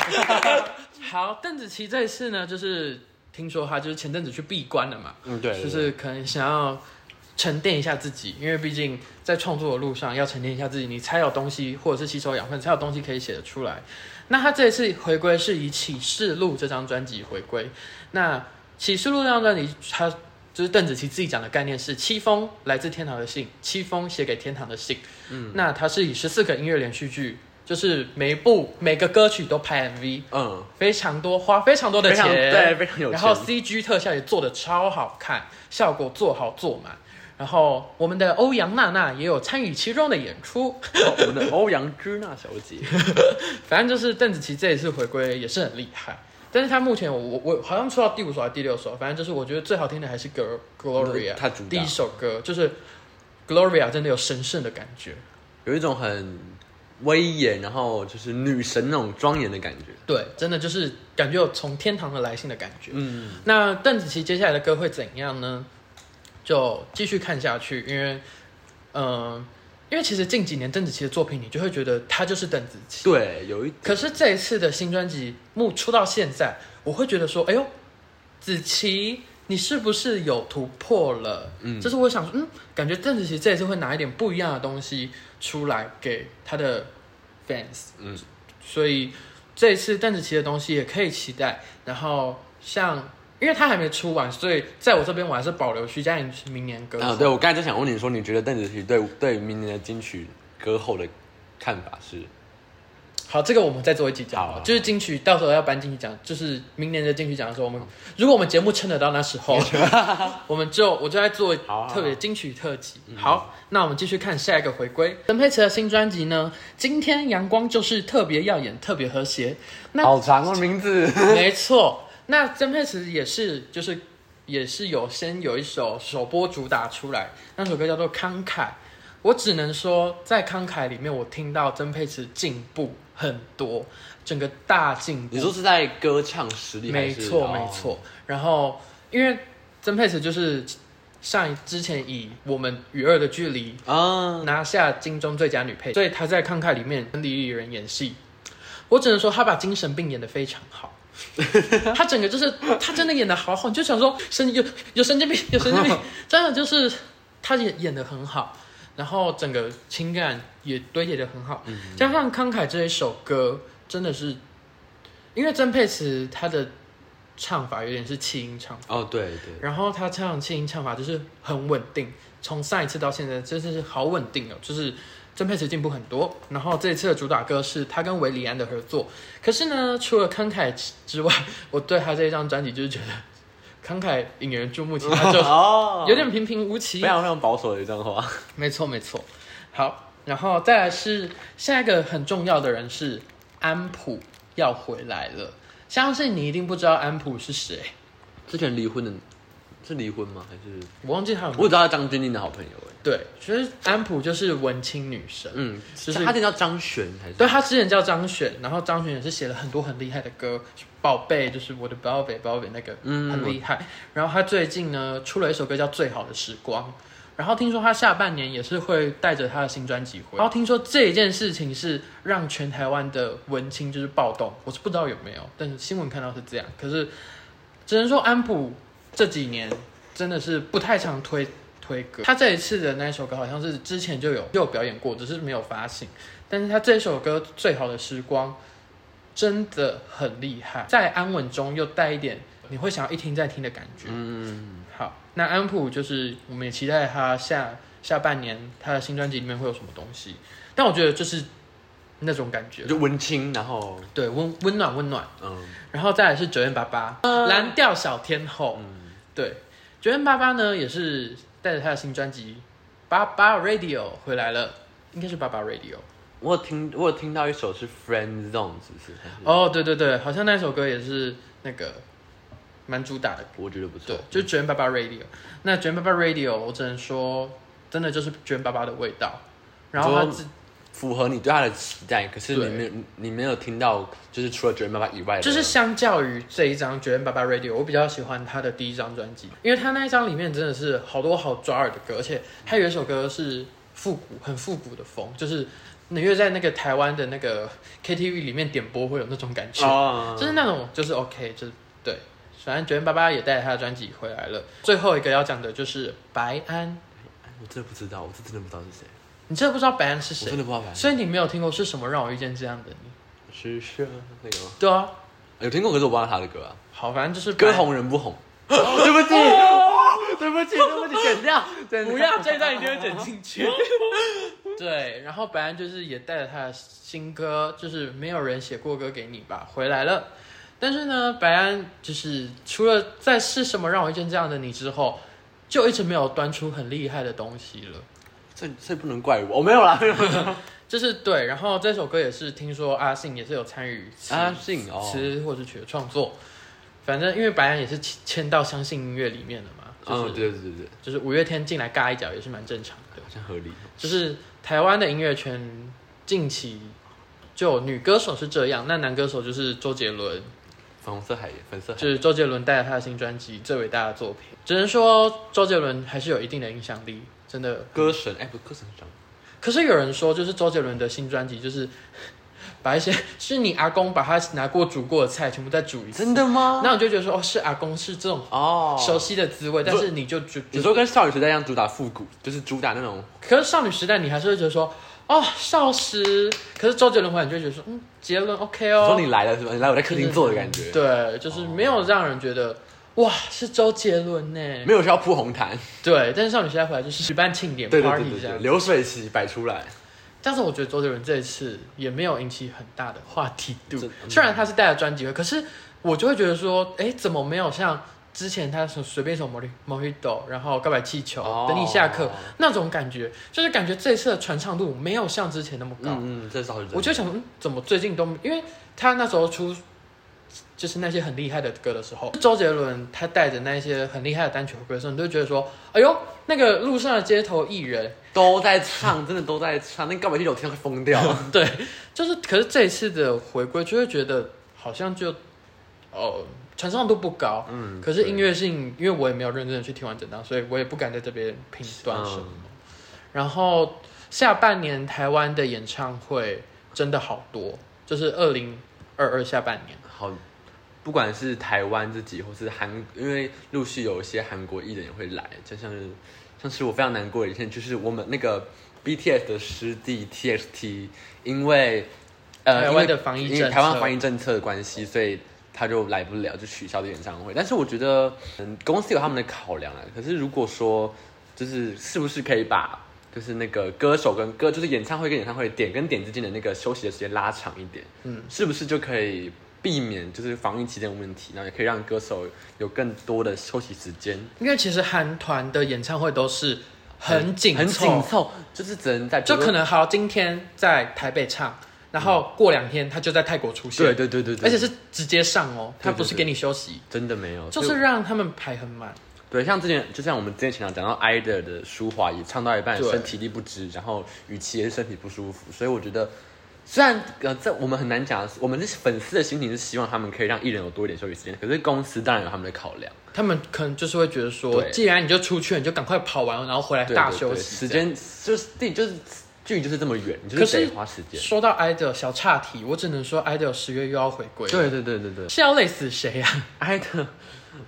Speaker 2: 好，邓紫棋这一次呢，就是听说她就是前阵子去闭关了嘛，
Speaker 1: 嗯对，对对
Speaker 2: 就是可能想要沉淀一下自己，因为毕竟在创作的路上要沉淀一下自己，你才有东西，或者是吸收养分，才有东西可以写得出来。那他这一次回归是以《启示录》这张专辑回归。那《启示录》这张专辑，他就是邓紫棋自己讲的概念是七封来自天堂的信，七封写给天堂的信。嗯，那它是以十四个音乐连续剧，就是每一部每个歌曲都拍 MV，
Speaker 1: 嗯，
Speaker 2: 非常多花非常多的
Speaker 1: 非
Speaker 2: 钱，
Speaker 1: 常对，非常有钱。
Speaker 2: 然后 CG 特效也做的超好看，效果做好做满。然后我们的欧阳娜娜也有参与其中的演出，
Speaker 1: 哦我们的欧阳之娜小姐，
Speaker 2: 反正就是邓紫棋这一次回归也是很厉害。但是她目前我我我好像出到第五首还是第六首，反正就是我觉得最好听的还是 Gl Gloria，
Speaker 1: 嗯她主打
Speaker 2: 第一首歌就是 Gloria 真的有神圣的感觉。
Speaker 1: 有一种很威严，然后就是女神那种庄严的感觉。
Speaker 2: 对，真的就是感觉有从天堂的来信的感觉。
Speaker 1: 嗯，
Speaker 2: 那邓紫棋接下来的歌会怎样呢？就继续看下去，因为，嗯、因为其实近几年邓紫棋的作品，你就会觉得她就是邓紫棋。
Speaker 1: 对，有一
Speaker 2: 可是这一次的新专辑目出到现在，我会觉得说，哎呦，子琪，你是不是有突破了？嗯，
Speaker 1: 嗯
Speaker 2: 就是我想说，嗯，感觉邓紫棋这一次会拿一点不一样的东西出来给她的 fans，
Speaker 1: 嗯，
Speaker 2: 所以这一次邓紫棋的东西也可以期待。然后像，因为她还没出完，所以在我这边我还是保留徐佳莹是明年歌手。
Speaker 1: 啊，对，我刚才就想问你说，你觉得邓紫棋对对明年的金曲歌后的看法是？
Speaker 2: 好，这个我们再做一集讲
Speaker 1: 好
Speaker 2: 好
Speaker 1: 啊
Speaker 2: 了，就是金曲到时候要颁金曲奖，就是明年的金曲奖的时候，我们如果我们节目撑得到那 时候，我们就我就在做
Speaker 1: 好啊
Speaker 2: 特别金曲特辑。
Speaker 1: 嗯
Speaker 2: 好，那我们继续看下一个回归，陈佩琪的新专辑呢，今天阳光就是特别耀眼，特别和谐。那
Speaker 1: 好长哦，名字。
Speaker 2: 没错，那曾沛慈也是，就是也是有先有一首首播主打出来，那首歌叫做《慷慨》。我只能说，在《慷慨》里面，我听到曾沛慈进步很多，整个大进步。
Speaker 1: 你说是在歌唱实力还
Speaker 2: 没
Speaker 1: 是？
Speaker 2: 错，
Speaker 1: 哦
Speaker 2: 没。错。然后，因为曾沛慈就是上一之前以我们与恶的距离
Speaker 1: 啊，
Speaker 2: 拿下金钟最佳女配，所以她在《慷慨》里面跟李李仁演戏，我只能说她把精神病演得非常好。她整个就是，她真的演得好好，你就想说神有有神经病，有神经病，真的就是她演演得很好，然后整个情感也堆叠得很好，加上《慷慨》这一首歌，真的是，因为曾沛慈她的唱法有点是气音唱法。
Speaker 1: 哦，对对。
Speaker 2: 然后他唱气音唱法就是很稳定，从上一次到现在真的是好稳定哦，就是曾沛慈进步很多。然后这一次的主打歌是他跟韦礼安的合作，可是呢，除了慷慨之外， 我对他这一张专辑就是觉得慷慨引人注目，其他就
Speaker 1: 哦
Speaker 2: 有点平平无奇
Speaker 1: 非。常非常保守的一段话。
Speaker 2: 没错没错，好，然后再来是下一个很重要的人是安普要回来了，相信你一定不知道安普是谁，
Speaker 1: 之前离婚的，是离婚吗？还是
Speaker 2: 我忘记他有没有
Speaker 1: 我只知道张钧甯的好朋友哎。
Speaker 2: 对，其实安普就是文青女神。
Speaker 1: 嗯，
Speaker 2: 就是
Speaker 1: 他之前叫张悬还是？
Speaker 2: 对，她之前叫张悬，然后张悬也是写了很多很厉害的歌，《宝贝》就是我的宝贝，宝贝那个
Speaker 1: 嗯
Speaker 2: 很厉害。然后她最近呢出了一首歌叫《最好的时光》，然后听说她下半年也是会带着她的新专辑回。然后听说这一件事情是让全台湾的文青就是暴动，我是不知道有没有，但是新闻看到是这样。可是只能说安普这几年真的是不太常推推歌，他这一次的那一首歌好像是之前就有就有表演过，只是没有发行。但是他这首歌《最好的时光》真的很厉害，在安稳中又带一点你会想要一听再听的感觉。
Speaker 1: 嗯，
Speaker 2: 好，那安普就是我们也期待他下下半年他的新专辑里面会有什么东西，但我觉得就是那种感觉，
Speaker 1: 就文青，然后
Speaker 2: 对温温暖温暖。
Speaker 1: 嗯，
Speaker 2: 然后再来是九燕八八，蓝调小天后。对，九燕八八呢也是带着她的新专辑《八八 Radio》回来了，应该是《八八 Radio》。
Speaker 1: 我有听我有听到一首是 Friend Zone，是不是？还是
Speaker 2: 哦，对对对，好像那首歌也是那个蛮主打的，
Speaker 1: 我觉得不错
Speaker 2: 对，。就是九燕八八 Radio。那九燕八八 Radio，我只能说，真的就是九燕八八的味道。然后她
Speaker 1: 你说
Speaker 2: 自
Speaker 1: 符合你对他的期待，可是你
Speaker 2: 对
Speaker 1: 没有你没有听到，就是除了九零爸爸以外的，
Speaker 2: 就是相较于这一张《九零八八 Radio》，我比较喜欢他的第一张专辑，因为他那一张里面真的是好多好抓耳的歌，而且他有一首歌是复古，很复古的风，就是你越在那个台湾的那个 KTV 里面点播会有那种感觉，
Speaker 1: 哦
Speaker 2: 就是那种就是 OK，就是对。反正九零八八也带着他的专辑回来了。最后一个要讲的就是白安，
Speaker 1: 我真的不知道，我是真的不知道是谁，
Speaker 2: 你真的不知道白安是
Speaker 1: 我真
Speaker 2: 谁，
Speaker 1: 的不知道白
Speaker 2: 所以你没有听过是什么让我遇见这样的你？
Speaker 1: 是是那个吗
Speaker 2: 对啊，
Speaker 1: 有听过，可是我不知道他的歌啊，
Speaker 2: 好，反正就是白
Speaker 1: 歌红人不红，对不起，哎哦对不起，对不起，剪掉，剪掉
Speaker 2: 不要这一段一定会剪 进去。对，然后白安就是也带着他的新歌，就是没有人写过歌给你吧，回来了。但是呢，白安就是除了在《是什么让我遇见这样的你》之后，就一直没有端出很厉害的东西了。
Speaker 1: 这这不能怪我，我没有啦，没有
Speaker 2: 就是对，然后这首歌也是听说阿信也是有参与词
Speaker 1: 阿信哦
Speaker 2: 词或者曲的创作，反正因为白安也是签签到相信音乐里面的嘛，就是、
Speaker 1: 嗯，对对对对，
Speaker 2: 就是五月天进来尬一脚也是蛮正常的。
Speaker 1: 好像合理，
Speaker 2: 就是台湾的音乐圈近期就女歌手是这样，那男歌手就是周杰伦，
Speaker 1: 粉红色海粉色海
Speaker 2: 就，是周杰伦带来他的新专辑《最伟大的作品》，只能说周杰伦还是有一定的影响力，真的。
Speaker 1: 歌神哎，不是歌神是张，
Speaker 2: 可是有人说，就是周杰伦的新专辑就是 把一些是你阿公把他拿过煮过的菜全部再煮一次，
Speaker 1: 真的吗？
Speaker 2: 那我就觉得说，哦，是阿公是这种
Speaker 1: 哦，
Speaker 2: 熟悉的滋味，但是你就觉
Speaker 1: 你
Speaker 2: 就
Speaker 1: 说跟少女时代一样主打复古，就是主打那种
Speaker 2: 可是少女时代，你还是会觉得说，哦，笑死！可是周杰伦回来你就会觉得说，嗯，杰伦 OK
Speaker 1: 我
Speaker 2: 哦。
Speaker 1: 说你来了是吧？你来我在客厅坐的感觉，，
Speaker 2: 对，就是没有让人觉得、哇是周杰伦呢。
Speaker 1: 没有需要铺红毯，
Speaker 2: 对，但是少女时代回来就是举办庆典
Speaker 1: 对对对
Speaker 2: party
Speaker 1: 对
Speaker 2: 这
Speaker 1: 对，
Speaker 2: 样。
Speaker 1: 流水席摆出来，
Speaker 2: 但是我觉得周杰伦这一次也没有引起很大的话题度
Speaker 1: 这，
Speaker 2: 虽然他是带了专辑回，可是我就会觉得说，哎，怎么没有像之前他什么随便什么 Mojito，然后告白气球、
Speaker 1: 哦
Speaker 2: 等你下课那种感觉，就是感觉这一次的传唱度没有像之前那么高。
Speaker 1: 嗯嗯，这倒是真的
Speaker 2: 我就想说，嗯怎么最近都没因为他那时候出就是那些很厉害的歌的时候，周杰伦他带着那些很厉害的单曲回归的时候，你就会觉得说，哎呦，那个路上的街头艺人，
Speaker 1: 都在唱，真的都在唱，那干嘛去有听到会疯掉？
Speaker 2: 对，就是可是这一次的回归就会觉得好像就哦传唱度不高，
Speaker 1: 嗯
Speaker 2: 可是音乐性，因为我也没有认真的去听完整张，所以我也不敢在这边评断
Speaker 1: 嗯
Speaker 2: 什么。然后下半年台湾的演唱会真的好多，就是二零二二下半年。
Speaker 1: 嗯好，不管是台湾自己，或是韩，因为陆续有一些韩国艺人也会来，就像是像是我非常难过的一件，就是我们那个 BTS 的师弟 TXT，因为呃
Speaker 2: 台湾
Speaker 1: 因为
Speaker 2: 的防疫
Speaker 1: 因为
Speaker 2: 政
Speaker 1: 台湾
Speaker 2: 策
Speaker 1: 防疫政策的关系，所以。他就来不了，就取消的演唱会。但是我觉得，嗯，公司有他们的考量啊。可是如果说，就是是不是可以把，就是那个歌手跟歌，就是演唱会跟演唱会点跟点之间的那个休息的时间拉长一点，
Speaker 2: 嗯，
Speaker 1: 是不是就可以避免就是防疫期间的问题，然后也可以让歌手有更多的休息时间，
Speaker 2: 因为其实韩团的演唱会都是很紧
Speaker 1: 很紧
Speaker 2: 凑，
Speaker 1: 凑，就是只能在
Speaker 2: 就可
Speaker 1: 能
Speaker 2: 能好今天在台北唱，然后过两天他就在泰国出
Speaker 1: 嗯
Speaker 2: 现，
Speaker 1: 对对对对对，
Speaker 2: 而且是直接上哦，他
Speaker 1: 对对
Speaker 2: 不是
Speaker 1: 对
Speaker 2: 给你休息，
Speaker 1: 真的没有，
Speaker 2: 就
Speaker 1: 所以
Speaker 2: 是让他们排很满。
Speaker 1: 对，像之前就像我们之前前两讲到 IDOL 的舒华也唱到一半，
Speaker 2: 对
Speaker 1: 身体力不支，然后雨琦也是身体不舒服，所以我觉得。虽然呃，这我们很难讲，我们的粉丝的心情是希望他们可以让艺人有多一点休息时间，可是公司当然有他们的考量。
Speaker 2: 他们可能就是会觉得说，
Speaker 1: 对
Speaker 2: 既然你就出去，你就赶快跑完，然后回来
Speaker 1: 对
Speaker 2: 大
Speaker 1: 对
Speaker 2: 休
Speaker 1: 对
Speaker 2: 息。
Speaker 1: 时
Speaker 2: 这样。
Speaker 1: 间就是地就是距离就是这么远，你就
Speaker 2: 可
Speaker 1: 是
Speaker 2: 是
Speaker 1: 得花时间。
Speaker 2: 说到 idol 小岔题，我只能说 idol 十月又要回归，，
Speaker 1: 对对对对对，
Speaker 2: 是要累死谁呀、啊？
Speaker 1: 艾特，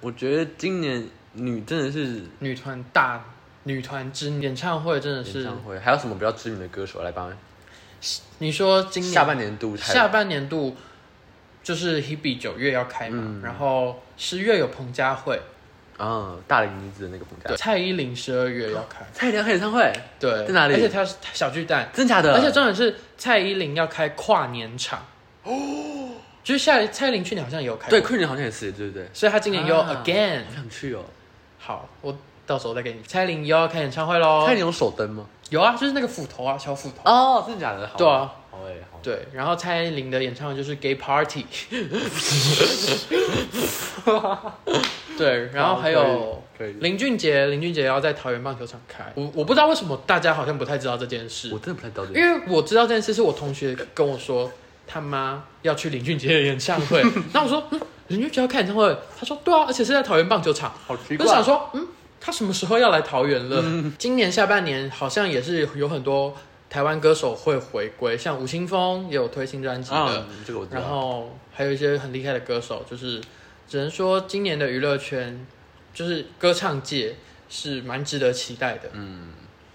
Speaker 1: 我觉得今年女真的是
Speaker 2: 女团大女团之演唱会真的
Speaker 1: 演
Speaker 2: 是，
Speaker 1: 唱会，还有什么比较知名的歌手来帮？
Speaker 2: 你说今年
Speaker 1: 下半年度台
Speaker 2: 下半年度就是 Hebe 九月要开嘛，
Speaker 1: 嗯
Speaker 2: 然后十月有彭佳慧，
Speaker 1: 啊，大龄女子的那个彭佳
Speaker 2: 对，，蔡依林十二月要开，
Speaker 1: 蔡依林开演唱会，
Speaker 2: 对，
Speaker 1: 在哪里
Speaker 2: 而且她是小巨蛋，
Speaker 1: 真假的？
Speaker 2: 而且重点是蔡依林要开跨年场哦，就是下蔡依林去年好像也有开过
Speaker 1: 对，，困人好像也是，对不对？
Speaker 2: 所以她今年又
Speaker 1: 啊
Speaker 2: again、
Speaker 1: 好想去哦。
Speaker 2: 好，我到时候再给你。蔡依林又要开演唱会喽
Speaker 1: 蔡依，林有首登吗？
Speaker 2: 有啊，就是那个斧头啊，小斧头。
Speaker 1: 哦，真的假的？好
Speaker 2: 对啊，
Speaker 1: 好哎，好。
Speaker 2: 对，然后蔡依林的演唱会就是 gay party，对，然后还有
Speaker 1: 可以，可以
Speaker 2: 林俊杰，林俊杰要在桃园棒球场开。我我不知道为什么大家好像不太知道这件事
Speaker 1: 我，真的不太了解。
Speaker 2: 因为我知道这件事是我同学跟我说，他妈要去林俊杰的演唱会， 然后我说，嗯，林俊杰要开演唱会，他说对啊，而且是在桃园棒球场，
Speaker 1: 好奇
Speaker 2: 我
Speaker 1: 怪，嗯
Speaker 2: 就想说，嗯，他什么时候要来桃园了？今年下半年好像也是有很多台湾歌手会回归，像吴青峰也有推新专辑的，
Speaker 1: 啊，这个我知
Speaker 2: 然
Speaker 1: 道。
Speaker 2: 后还有一些很厉害的歌手，就是只能说今年的娱乐圈，就是歌唱界是蛮值得期待的。
Speaker 1: 嗯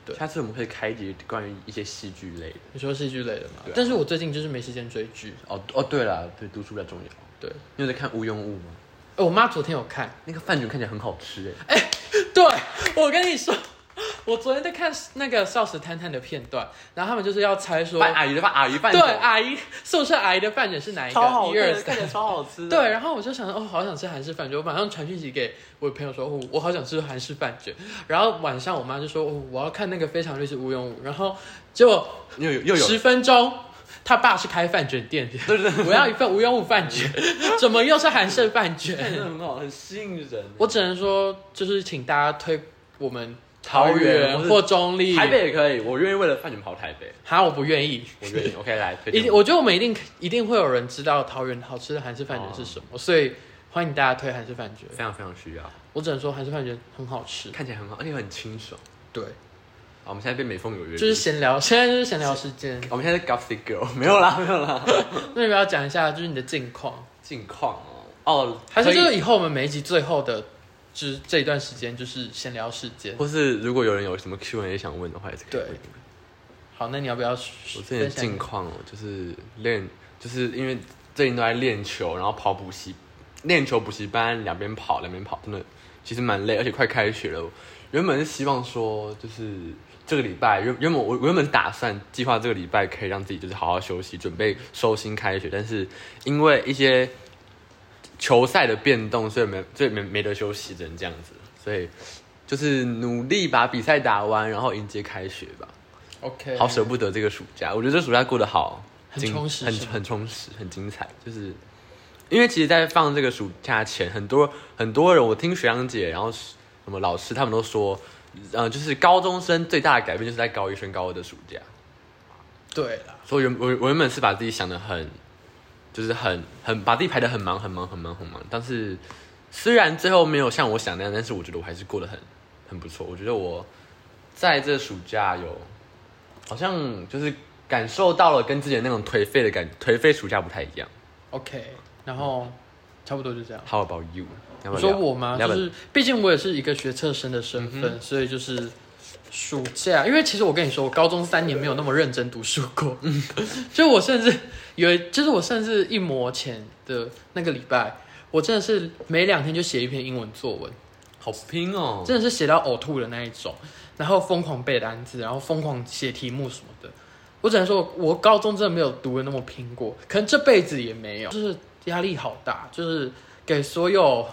Speaker 2: 对
Speaker 1: 下次我们可以开一集关于一些戏剧类的。
Speaker 2: 你说戏剧类的嘛
Speaker 1: 对啊，
Speaker 2: 但是我最近就是没时间追剧。
Speaker 1: 哦哦，对了，对，读书比较重要。
Speaker 2: 对，
Speaker 1: 你有在看《无用物》吗？
Speaker 2: 呃我妈昨天有看，
Speaker 1: 那个饭卷看起来很好吃哎，
Speaker 2: 对我跟你说。我昨天在看那个《少时探探》的片段，然后他们就是要猜说
Speaker 1: 饭阿姨的饭，阿姨饭
Speaker 2: 对，
Speaker 1: 卷 Oh
Speaker 2: 阿姨宿舍阿姨的饭卷是哪一个？
Speaker 1: 超好
Speaker 2: 一二
Speaker 1: 吃，看
Speaker 2: 三
Speaker 1: 起。来超好吃。
Speaker 2: 对，，然后我就想，哦，好想吃韩式饭卷，我马上传讯息给我朋友说，哦我好想吃韩式饭卷。然后晚上我妈就说，哦、我要看那个《非常律师吴永武》，然后结果
Speaker 1: 又有又有
Speaker 2: 十分钟，他爸是开饭卷店的，
Speaker 1: 对对对
Speaker 2: 我要一份吴永武饭卷， 怎么又是韩式饭
Speaker 1: 看起来
Speaker 2: 卷？
Speaker 1: 很好，很吸引人。
Speaker 2: 我只能说，就是请大家推我们
Speaker 1: 桃园
Speaker 2: 桃
Speaker 1: 或是
Speaker 2: 或中立，
Speaker 1: 台，北也可以，我愿意为了饭卷跑台北，
Speaker 2: 哈，我不愿意。
Speaker 1: 我愿意。OK，来推
Speaker 2: 一
Speaker 1: 荐
Speaker 2: 定，我觉得我们一定一定会有人知道桃园好吃的韩式饭卷是什么，
Speaker 1: 啊
Speaker 2: 所以欢迎大家推韩式饭卷
Speaker 1: 非。常非常需要，
Speaker 2: 我只能说韩式饭卷很好吃。
Speaker 1: 看起来很好，而且很清爽。哦
Speaker 2: 对，
Speaker 1: 好，我们现在变美风有约，
Speaker 2: 就是闲聊，现在就是闲聊时间。
Speaker 1: 我们现在是 Gossip Girl，没有啦，没有啦。
Speaker 2: 那你不要讲一下，就是你的 近况，啊
Speaker 1: 近况哦，哦，
Speaker 2: 还是
Speaker 1: 可以
Speaker 2: 就是以后我们每一集最后的，就是这一段时间就是闲聊时间。
Speaker 1: 或是如果有人有什么 Q&A 想问的话，也是可以
Speaker 2: 对
Speaker 1: 问。
Speaker 2: 好，那你要不要
Speaker 1: 我最
Speaker 2: 分
Speaker 1: 近的
Speaker 2: 享一
Speaker 1: 近
Speaker 2: 个？
Speaker 1: 况哦，就是练，就是因为最近都在练球，然后跑补习，练球补习班，两边跑两边跑，真的其实蛮累，而且快开学了。哦原本是希望说，就是这个礼拜原原本我我原本打算计划这个礼拜可以让自己就是好好休息，准备收心开学，但是因为一些球赛的变动，所以没所以没没得休息，只能这样子，所以就是努力把比赛打完，然后迎接开学吧。
Speaker 2: OK，
Speaker 1: 好舍不得这个暑假，我觉得这暑假过得好，
Speaker 2: 很
Speaker 1: 精
Speaker 2: 充实
Speaker 1: 很
Speaker 2: 是吗
Speaker 1: 很充实，很精彩。就是因为其实，在放这个暑假前，很多很多人，我听学长姐，然后是什么老师，他们都说，呃，就是高中生最大的改变就是在高一升高二的暑假。
Speaker 2: 对啦，
Speaker 1: 所以我原我我原本是把自己想的很，就是很很把自己排的很忙很忙很忙很忙，但是虽然最后没有像我想那样，但是我觉得我还是过得很很不错。我觉得我在这暑假有好像就是感受到了跟之前那种颓废的感颓废暑假不太一样。
Speaker 2: OK，然后差不多就这样。
Speaker 1: How about you？要不
Speaker 2: 你
Speaker 1: 要
Speaker 2: 说
Speaker 1: 聊
Speaker 2: 我吗？
Speaker 1: 聊
Speaker 2: 就
Speaker 1: 本
Speaker 2: 是，毕竟我也是一个学测生的身份，所以就是暑假，因为其实我跟你说，我高中三年没有那么认真读书过， 就我甚至有一，就是我甚至一模前的那个礼拜，我真的是每两天就写一篇英文作文，
Speaker 1: 好拼哦，
Speaker 2: 真的是写到呕吐的那一种，然后疯狂背单词，然后疯狂写题目什么的。我只能说，我高中真的没有读的那么拼过，可能这辈子也没有，就是压力好大，就是给所有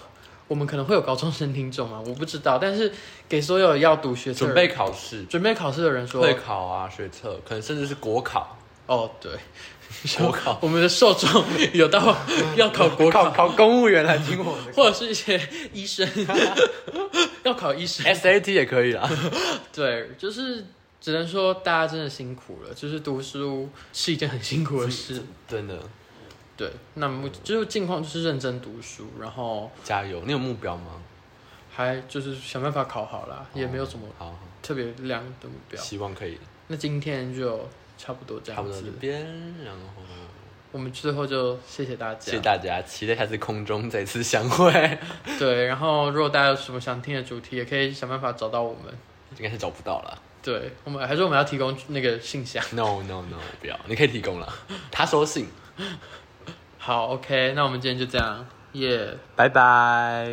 Speaker 2: 我们可能会有高中生听众啊，我不知道，但是给所有要读学测
Speaker 1: 准备考试、
Speaker 2: 准备考试的人说，
Speaker 1: 会考啊、学测，可能甚至是国考、
Speaker 2: 哦，对，。
Speaker 1: 国考
Speaker 2: 我们的 受众有到要考国考，
Speaker 1: 考公务员来听我的
Speaker 2: 或者是一些 医生要考医生，
Speaker 1: ，SAT 也可以啦。
Speaker 2: 对，就是只能说大家真的辛苦了，就是读书是一件很辛苦的事。
Speaker 1: 真的，
Speaker 2: 对，那么就是近况就是认真读书，然后
Speaker 1: 加油！你有目标吗？
Speaker 2: 还就是想办法考好啦，也没
Speaker 1: 哦
Speaker 2: 有什么
Speaker 1: 好，
Speaker 2: 特别亮的目标。
Speaker 1: 希望可以
Speaker 2: 那今天就差不多这
Speaker 1: 差不
Speaker 2: 样
Speaker 1: 多这
Speaker 2: 子，
Speaker 1: 边，然后
Speaker 2: 我们最后就谢谢大
Speaker 1: 谢
Speaker 2: 家。
Speaker 1: 谢大家，期待下次空中再次相会。
Speaker 2: 对，然后如果大家有什么想听的主题，也可以想办法找到我们。
Speaker 1: 应该是找不到了
Speaker 2: 对我们还是我们要提供那个信箱。
Speaker 1: ，No No No，不要，你可以提供了。他收信，
Speaker 2: 好，OK，那我们今天就这样，耶、
Speaker 1: 拜拜。